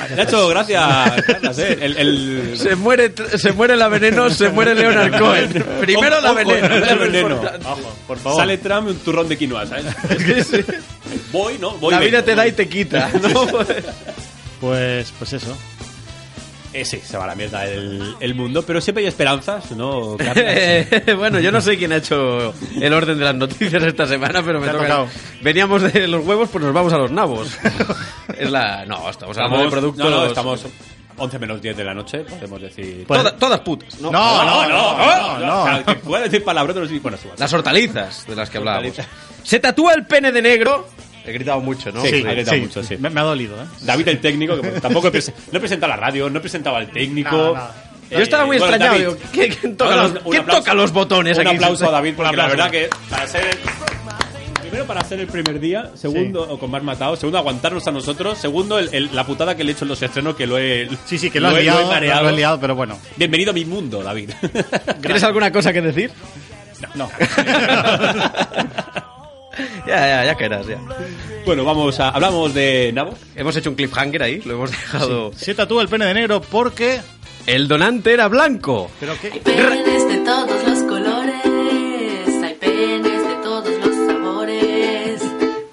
S1: Ah, Nacho, gracias. Carlas, eh. El-
S3: [laughs]
S1: el-
S3: Se muere, se muere la veneno, se muere Leonard Cohen. Primero la
S1: Ojo,
S3: veneno. [laughs]
S1: la veneno.
S2: Ojo, por favor.
S1: Sale Trump y un turrón de quinoa, ¿sabes? Voy, ¿no? Voy
S3: La
S1: vengo,
S3: vida te da
S1: voy.
S3: y te quita. [laughs] ¿no?
S2: Pues, pues eso.
S1: Eh, sí, se va a la mierda el, el mundo, pero siempre hay esperanzas,
S3: [laughs]
S1: ¿no? Carlas?
S3: Eh, bueno, yo no sé quién ha hecho el orden de las noticias esta semana, pero me
S2: Te ha
S3: toca.
S2: tocado.
S3: Veníamos de los huevos, pues nos vamos a los nabos. Es la. No, estamos hablando de
S1: No,
S3: productos.
S1: no, estamos 11 menos 10 de la noche, podemos decir.
S2: Pues-
S3: Toda- todas putas. No.
S2: No, no, no,
S1: O
S2: no,
S1: sea, que pueda decir palabrotas, no sé si- bueno, sí, bueno.
S3: Las hortalizas de las que hablábamos.
S1: Hortalizas.
S3: Se tatúa el pene de negro. He gritado mucho, ¿no?
S1: Sí, ha gritado mucho, sí.
S2: Me, me ha dolido, ¿eh?
S1: David el técnico, que bueno, tampoco he presen- no presentaba la radio, no presentaba al técnico.
S2: Nada, nada.
S3: Yo estaba muy
S1: Eh, bueno,
S3: extrañado.
S1: David,
S3: digo, ¿quién, quién toca,
S1: Bueno,
S3: los,
S1: un
S3: quién
S1: aplauso.
S3: toca los botones
S1: Un
S3: aquí?
S1: aplauso a David, porque la
S2: aplauso.
S1: verdad que para ser el... Primero para ser el primer día, segundo o con más matado, segundo aguantarnos a nosotros, segundo el- el- la putada que le he hecho en los estrenos que lo he
S2: Sí, sí, que lo has
S1: he-
S2: liado,
S1: he mareado.
S2: lo has liado, pero bueno.
S1: Bienvenido a mi mundo, David. [laughs]
S3: ¿Tienes alguna cosa que decir? [laughs]
S2: No.
S3: Ya, ya, ya caerás, ya.
S1: bueno, vamos a hablamos de Nabo.
S3: Hemos hecho un cliffhanger ahí, lo hemos dejado.
S2: Se tatúa el pene de negro porque...
S3: El donante era blanco.
S2: Pero qué...
S10: penes de todos los colores, hay penes de todos los sabores,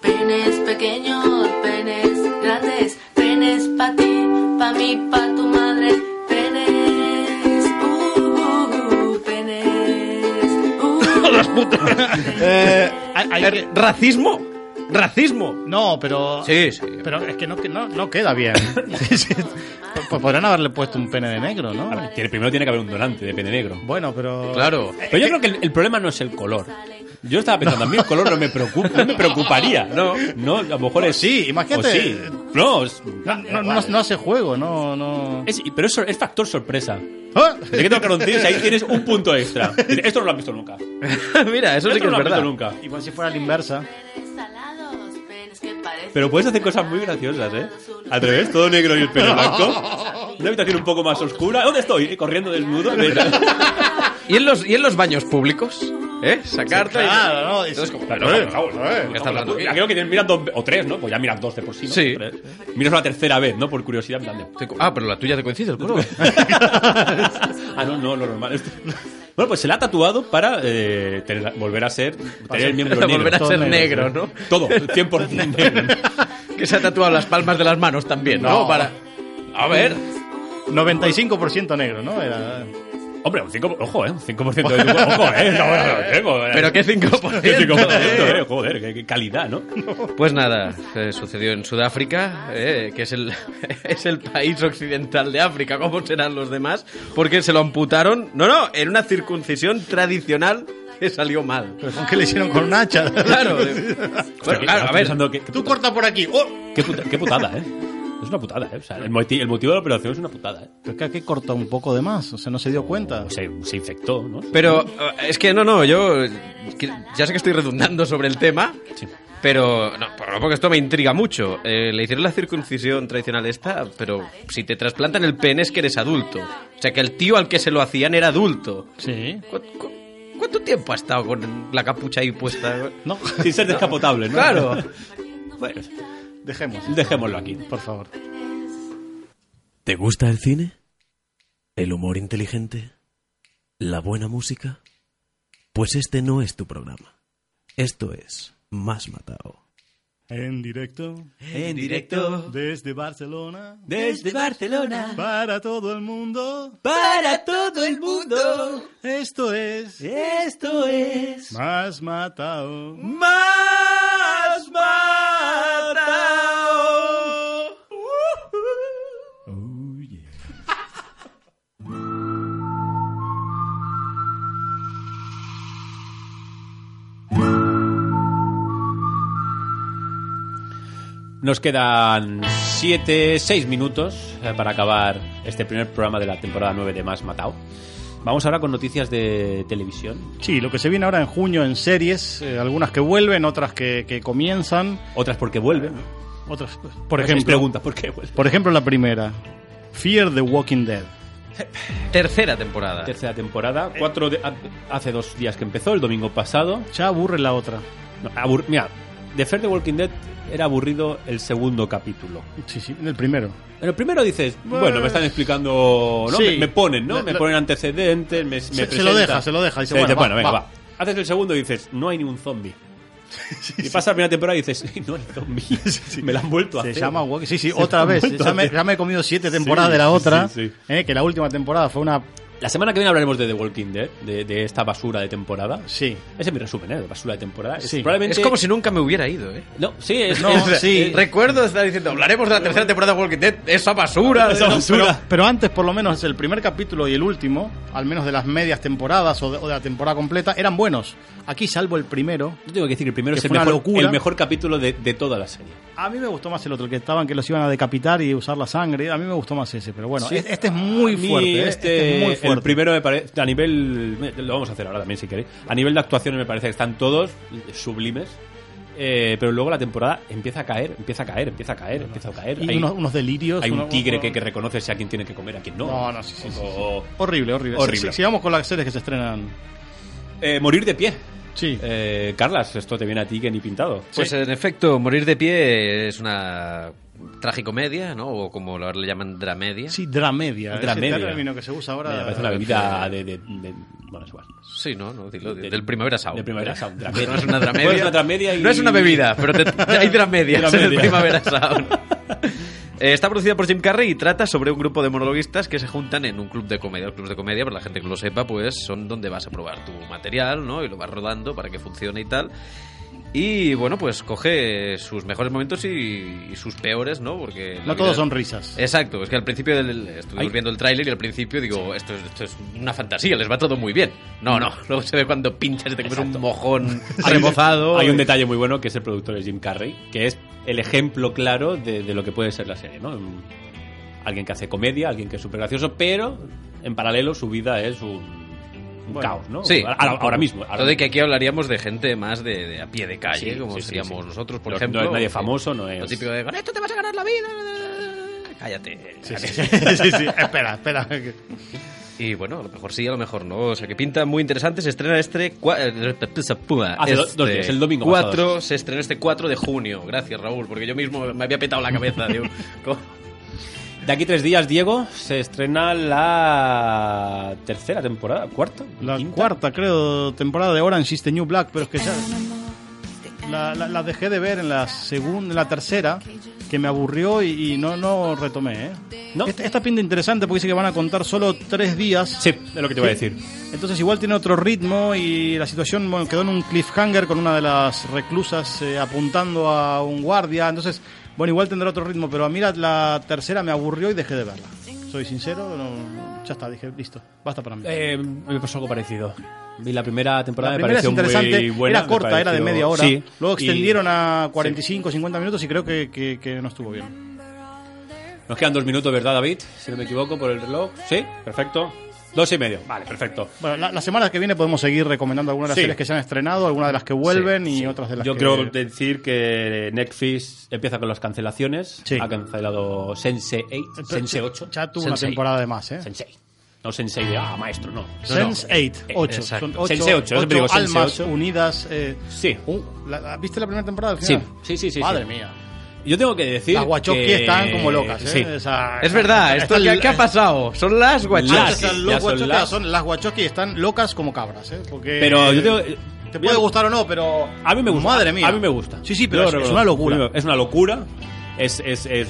S10: penes pequeños, penes grandes, penes pa' ti, pa' mí, pa' tu madre, penes, uh, uh, uh, penes, uh,
S2: hay- hay
S3: Eh,
S2: que-
S3: ¿Racismo? ¿Racismo?
S2: No, pero...
S3: Sí, sí.
S2: Pero es que no, que no, no queda [laughs] bien. Sí, sí. Pues podrían haberle puesto un pene de negro, ¿no?
S1: A ver, tiene- primero tiene que haber un donante de pene negro.
S2: Bueno, pero...
S3: Claro.
S1: Pero yo creo que el, el problema no es el color. Yo estaba pensando, a mí el color no me preocupa, no me preocuparía. No. a lo mejor es sí,
S2: imagínate.
S1: sí. No, es-
S2: No, no, no- no hace juego, no, no.
S1: es- pero eso es factor sorpresa.
S2: ¡Ah!
S1: Te quedas con un tío y ahí tienes un punto extra. Dices, Esto no lo han visto nunca.
S3: [laughs] Mira, eso
S1: Esto
S3: sí que
S1: no lo
S3: es
S1: han visto
S3: verdad.
S1: nunca.
S2: Igual pues si fuera la inversa.
S10: salados, penes que parecen.
S1: Pero puedes hacer cosas muy graciosas, ¿eh? Al revés, todo negro y el pelo blanco. Una habitación un poco más oscura. ¿Dónde estoy? Eh, Corriendo desnudo.
S3: ¿Y en los, y en los baños públicos? ¿Eh? Sacarte. y-
S2: Claro, no, es-
S3: Entonces, como-
S1: Eh,
S3: ¿Qué está hablando aquí?
S1: Ya creo que tienes- miras dos o tres, ¿no? Pues ya miras dos de por sí, ¿no?
S3: Sí.
S1: Tres. Miras una tercera vez, ¿no? Por curiosidad, en plan de-
S3: Te co- Ah, pero la tuya te coincide el color.
S1: [laughs] ah, no, no, lo normal. Bueno, pues se la ha tatuado para eh, tener- volver a ser. Tener el miembro
S3: Para
S1: negro.
S3: [laughs] volver a
S2: Todo
S3: ser
S2: negro,
S3: negro, ¿no?
S1: Todo,
S3: [laughs]
S1: 100% negro.
S3: Que se ha tatuado las palmas de las manos también, ¿no?
S2: No.
S3: Para... A ver.
S2: 95% negro, ¿no? Era...
S1: Hombre, un 5%, ojo, ¿eh? Un 5% de tu Ojo, ¿eh? No,
S3: [laughs]
S1: no, no, tengo, eh.
S3: Pero qué 5%.
S1: Qué 5%,
S3: ¿eh?
S1: ¿eh? Joder, qué, qué calidad, ¿no?
S3: Pues nada, eh, sucedió en Sudáfrica, eh, que es el, [laughs] es el país occidental de África, como serán los demás, porque se lo amputaron, no, no, en una circuncisión tradicional que salió mal.
S2: ¿Pero con qué le hicieron con un hacha?
S3: [laughs] Claro, de- bueno, claro, a ver,
S1: Pensando que- que
S2: Tú [laughs] corta por aquí. ¡Oh!
S1: Qué, puta- qué putada, ¿eh? Es una putada, ¿eh? O sea, el, moti- el motivo de la operación es una putada, ¿eh?
S2: Pero es que aquí corta un poco de más, o sea, no se dio cuenta.
S1: Se, se infectó, ¿no?
S3: pero eh, es que no, no, yo eh, que- ya sé que estoy redundando sobre el tema,
S1: Sí.
S3: pero no, por- porque esto me intriga mucho. Eh, le hicieron la circuncisión tradicional esta, pero si te trasplantan el pene es que eres adulto. O sea, que el tío al que se lo hacían era adulto.
S2: Sí.
S3: ¿Cu- cu- ¿Cuánto tiempo ha estado con la capucha ahí puesta?
S2: No,
S1: Sin ser descapotable, ¿no?
S3: Claro.
S1: Bueno,
S2: dejemos,
S1: dejémoslo aquí.
S2: por favor.
S11: [laughs] ¿Te gusta el cine? ¿El humor inteligente? ¿La buena música? Pues este no es tu programa. Esto es Más Matado.
S2: En directo,
S11: En directo
S2: desde Barcelona,
S11: desde Barcelona
S2: para todo el mundo,
S11: para todo el mundo.
S2: esto es
S11: Esto es
S2: Más Matado.
S11: Más Matado.
S1: Nos quedan 7, 6 minutos eh, para acabar este primer programa de la temporada 9 de Más Matado. Vamos ahora con noticias de televisión.
S2: Sí, lo que se viene ahora en junio en series, eh, algunas que vuelven, otras que, que comienzan, Eh,
S1: Otras porque vuelven.
S2: otras, por
S1: Esas
S2: ejemplo,
S1: preguntas, ¿por qué vuelven?
S2: por ejemplo la primera, Fear the Walking Dead.
S3: Tercera temporada.
S1: Tercera temporada. Cuatro de- ha- hace dos días que empezó, el domingo pasado.
S2: Ya aburre la otra.
S1: No, abur- Mira, de Fair the Walking Dead era aburrido el segundo capítulo.
S2: Sí, sí, en el primero.
S1: En el primero dices, bueno, me están explicando, ¿no?
S2: Sí.
S1: Me, me ponen, ¿no?
S2: La-
S1: me
S2: la-
S1: ponen antecedentes, me, me
S2: Se- se
S1: presentan.
S2: lo deja, se lo deja, dice, bueno, va,
S1: venga,
S2: va.
S1: va. Haces el segundo y dices, no hay ningún
S2: [laughs]
S1: zombie. y pasa la primera temporada y dices, no hay zombie. Me la han vuelto a
S2: Se
S1: hacer.
S2: llama Walking Sí, sí,
S1: Se
S2: otra
S1: han
S2: vez.
S1: vuelto a
S2: Ya me,
S1: hacer.
S2: ya me he comido siete temporadas
S1: Sí,
S2: de la
S1: sí,
S2: otra.
S1: sí, sí.
S2: eh, que la última temporada fue una.
S1: La semana que viene hablaremos de The Walking Dead, de, de esta basura de temporada.
S2: Sí.
S1: Ese es mi resumen, ¿eh? De basura de temporada. Es
S2: Sí.
S1: probablemente...
S3: Es como si nunca me hubiera ido, ¿eh?
S1: No, sí, es...
S3: [laughs]
S2: No,
S1: es-
S2: sí.
S1: es-
S3: Recuerdo estar diciendo, hablaremos de la tercera temporada de Walking Dead, esa
S11: [laughs]
S3: basura.
S1: Esa basura.
S2: Pero, pero antes, por lo menos, el primer capítulo y el último, al menos de las medias temporadas o de, o de la temporada completa, eran bunos. Aquí, salvo el primero,
S1: Yo tengo que decir que el primero
S2: Que
S1: es el
S2: fue una
S1: mejor,
S2: locura.
S1: el mejor capítulo de, de toda la serie.
S2: a mí me gustó más el otro, el que estaban que los iban a decapitar y usar la sangre. A mí me gustó más ese, pero bueno, es- este es muy
S1: A mí
S2: fuerte.
S1: Este,
S2: eh, este es muy fuerte.
S1: El primero me parece. A nivel. Lo vamos a hacer ahora también, si queréis. A nivel de actuaciones me parece que están todos sublimes. Eh, pero luego la temporada empieza a caer, empieza a caer, empieza a caer, empieza a caer.
S2: Y
S1: hay
S2: unos, unos delirios.
S1: hay un
S2: unos-
S1: tigre
S2: unos-
S1: que, que reconoce si a quién tiene que comer, a quién no.
S2: No, no, sí, sí, sí, sí.
S1: O-
S2: Horrible, horrible.
S1: Horrible.
S2: Si- Sigamos con las series que se estrenan.
S1: Eh, morir de pie.
S2: Sí.
S1: Eh, Carlas, esto te viene a ti que ni pintado.
S3: Pues en efecto, morir de pie es una tragicomedia, ¿no? O como ahora le llaman dramedia.
S2: Sí, dramedia.
S1: Dramedia.
S2: Ese término que se usa ahora.
S1: Me parece una bebida de. de- de- bueno, es igual.
S3: Sí, no, no, dilo,
S1: Del-
S3: del, primavera sound.
S1: del Primavera Sound, dramedia.
S3: [laughs] No es una
S1: No
S3: dramedia.
S1: es una dramedia y-
S3: No es una bebida, pero te- te- hay dramedias en
S1: Dramedia.
S3: el primavera sound. Eh, Está producida por Jim Carrey y trata sobre un grupo de monologuistas que se juntan en un club de comedia. Los clubes de comedia, para la gente que lo sepa, pues son donde vas a probar tu material, ¿no? Y lo vas rodando para que funcione y tal. Y bueno, pues coge sus mejores momentos y, y sus peores, ¿no? Porque. la
S2: No todos
S3: vida-
S2: son risas.
S3: Exacto, es que al principio del, estuvimos
S2: Ay.
S3: viendo el tráiler y al principio digo, esto es, esto es una fantasía, les va todo muy bien. No, [laughs] no, luego se ve cuando pinchas y te comes un mojón rebozado.
S1: Hay un detalle muy bueno que es el productor es Jim Carrey, que es el ejemplo claro de, de lo que puede ser la serie, ¿no? Un- Alguien que hace comedia, alguien que es súper gracioso, pero en paralelo su vida es un, un caos, ¿no?
S3: Sí,
S1: ahora, ahora mismo. ahora
S3: Entonces,
S1: mismo.
S3: que aquí hablaríamos de gente más de, de a pie de calle,
S1: Sí,
S3: como
S1: sí, sí,
S3: seríamos
S1: sí.
S3: nosotros, por
S1: No-
S3: ejemplo.
S1: no es nadie famoso, no es-
S3: Lo típico de, con esto te vas a ganar la vida. Cállate.
S2: Sí,
S1: [laughs]
S2: sí, sí, sí, sí. Espera, espera.
S3: Y bueno, a lo mejor sí, a lo mejor no. O sea, que pinta muy interesante. Se estrena este... cua-
S1: Hace Ah, do-
S3: este
S1: dos días, el domingo pasado.
S3: 4, se estrena este 4 de junio. Gracias, Raúl, porque yo mismo me
S1: [laughs]
S3: había petado la cabeza. digo, ¿cómo?
S1: De aquí tres días, Diego, se estrena la tercera temporada, cuarta.
S2: La cuarta, creo, temporada de Orange is the New Black, pero es que ya... La, la- la dejé de ver en la segunda, en la tercera, que me aburrió y, y no, no retomé, ¿eh? Esta, esta pinta interesante porque dice que van a contar solo tres días.
S1: Sí, es lo que te iba a decir.
S2: Entonces igual tiene otro ritmo y la situación bueno, quedó en un cliffhanger con una de las reclusas eh, apuntando a un guardia. Entonces, bueno, igual tendrá otro ritmo, pero a mí la, la tercera me aburrió y dejé de verla. Soy sincero, no- ya está, dije, listo, basta para mí.
S1: Eh, me pasó algo parecido. Vi la primera temporada,
S2: La
S1: me
S2: primera es
S1: pareció
S2: interesante,
S1: muy buena.
S2: era
S1: me
S2: corta, era de
S1: pareció-
S2: media hora.
S1: Sí,
S2: Luego
S1: y
S2: extendieron a 45, 50 minutos y creo que, que- que no estuvo bien.
S1: Nos quedan dos minutos, ¿verdad, David? Si no me equivoco, por el reloj. Sí, perfecto. Dos y medio. Vale, perfecto.
S2: Bueno, la, la semana que viene podemos seguir recomendando algunas de las
S1: Sí.
S2: series que se han estrenado, algunas de las que vuelven y otras de las
S1: Yo
S2: que...
S1: creo decir que Netflix empieza con las cancelaciones. Ha cancelado Sense8. Sense 8.
S2: Eh, Ya tuvo una temporada de más, ¿eh?
S1: Sensei. No Sensei de, ah, maestro, no. No, no.
S2: Sense 8,
S1: Eh,
S2: 8.
S1: exacto.
S2: Son 8,
S1: Sense 8, yo siempre digo Sense
S2: almas
S1: 8.
S2: unidas. eh,
S1: Sí.
S2: la- la- ¿Viste la primera temporada? al
S1: Sí,
S2: final?
S1: sí, sí, sí.
S2: Madre
S1: sí.
S2: mía.
S1: Yo tengo que decir.
S2: Las Wachowski
S1: que-
S2: están como locas, ¿eh?
S1: Sí.
S2: Esa-
S3: Es [laughs] verdad, esto, ¿qué,
S2: el-
S3: qué ha pasado? Son las guachas.
S1: Las-
S2: Son
S1: ya
S2: los
S1: son
S2: Wachowski,
S1: las-
S2: son las Wachowski están locas como cabras, ¿eh? Porque
S1: Pero yo tengo.
S2: te puede gustar o no, pero
S1: A mí me gusta.
S2: Madre mía.
S1: A mí me gusta.
S2: Sí, sí, pero es- es una locura.
S1: Es una locura. Es, es, es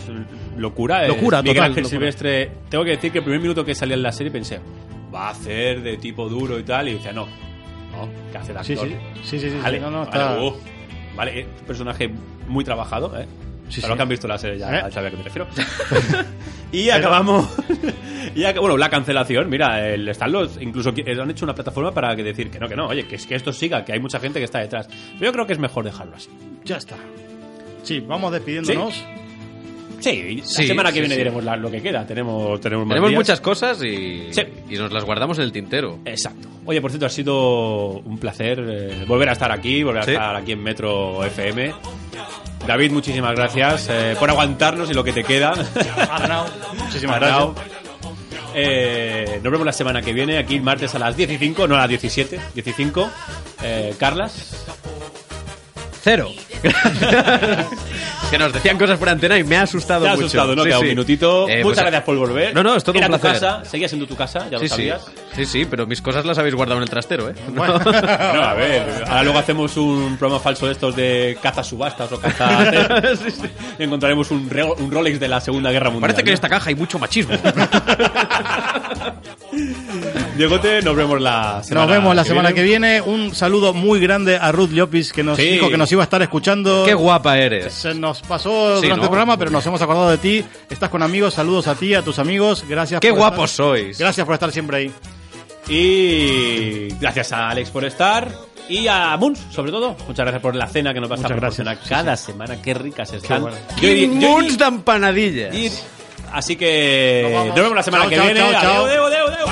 S1: locura.
S2: Locura,
S1: es Miguel
S2: total,
S1: Ángel
S2: locura.
S1: Silvestre. Tengo que decir que el primer minuto que salía en la serie pensé, va a hacer de tipo duro y tal. Y decía, no. No, que hace de
S2: Sí,
S1: actor.
S2: sí, sí, sí, sí, sí,
S1: Vale,
S2: no, no,
S1: vale,
S2: está-
S1: uh, vale, eh, personaje muy trabajado, ¿eh?
S2: Sí,
S1: Para los
S2: sí.
S1: que han visto la serie ya
S2: ¿Eh?
S1: ya saben a qué me
S2: [laughs]
S1: refiero. y acabamos. [laughs] y ac- bueno, la cancelación, mira, el, están los. Incluso que- han hecho una plataforma para que decir que no, que no, oye, que, es que esto siga, que hay mucha gente que está detrás. Pero yo creo que es mejor dejarlo así.
S2: ya está. Sí, vamos despidiéndonos.
S1: Sí, y la
S3: Sí,
S1: semana que
S3: sí,
S1: viene
S3: sí.
S1: diremos la- lo que queda. Tenemos, tenemos, más
S3: Tenemos
S1: días.
S3: muchas cosas y,
S1: Sí.
S3: y nos las guardamos en el tintero.
S1: Exacto. Oye, por cierto, ha sido un placer eh, volver a estar aquí, volver a
S3: Sí.
S1: estar aquí en Metro FM. David, muchísimas gracias eh, por aguantarnos y lo que te queda. [laughs]
S2: Arnau, muchísimas
S1: Arnau.
S2: gracias.
S1: Eh, nos vemos la semana que viene, aquí martes a las 15, no a las 17, 15. Eh, Carlas,
S3: Cero. [laughs] Es que nos decían cosas por antena y me ha asustado
S1: te ha
S3: mucho.
S1: asustado, ¿no?
S3: Sí,
S1: Queda un
S3: sí.
S1: minutito.
S3: Eh,
S1: Muchas
S3: pues,
S1: gracias por volver.
S3: No, no, es todo
S1: Era
S3: un placer.
S1: tu casa, seguía siendo tu casa, ya
S3: Sí,
S1: lo
S3: sí.
S1: sabías.
S3: sí, sí, pero mis cosas las habéis guardado en el trastero, ¿eh?
S1: Bueno, a ver, ahora luego hacemos un programa falso de estos de caza subastas o caza.
S2: [laughs]
S1: Y encontraremos un, Re- un Rolex de la Segunda Guerra Mundial.
S3: [laughs] Parece que en
S1: ¿no?
S3: esta caja hay mucho
S1: [laughs]
S3: machismo.
S1: Diegote, nos vemos la semana
S2: Nos vemos la semana que viene. Un saludo muy grande a Ruth Llopis que nos
S1: Sí.
S2: dijo que nos iba a estar escuchando.
S3: Qué guapa eres.
S2: Se nos pasó
S3: Sí,
S2: durante
S3: ¿no?
S2: el programa, pero nos hemos acordado de ti. Estás con amigos, saludos a ti, a tus amigos. Gracias
S3: Qué
S2: por
S3: guapos
S2: estar-
S3: sois.
S2: Gracias por estar siempre ahí.
S1: Y gracias a Alex por estar. Y a Muns, sobre todo. Muchas gracias por la cena que nos vas a
S2: Muchas gracias.
S1: proporcionar cada semana. Qué ricas están.
S2: bueno.
S1: Yo iría- yo iría-
S3: Muchas empanadillas.
S1: iría- así que
S2: Nos
S1: nos,
S2: vamos.
S1: vemos la semana
S2: Chao,
S1: que
S2: chao,
S1: viene.
S2: chao, chao.
S1: Adeu, adeu, adeu, adeu.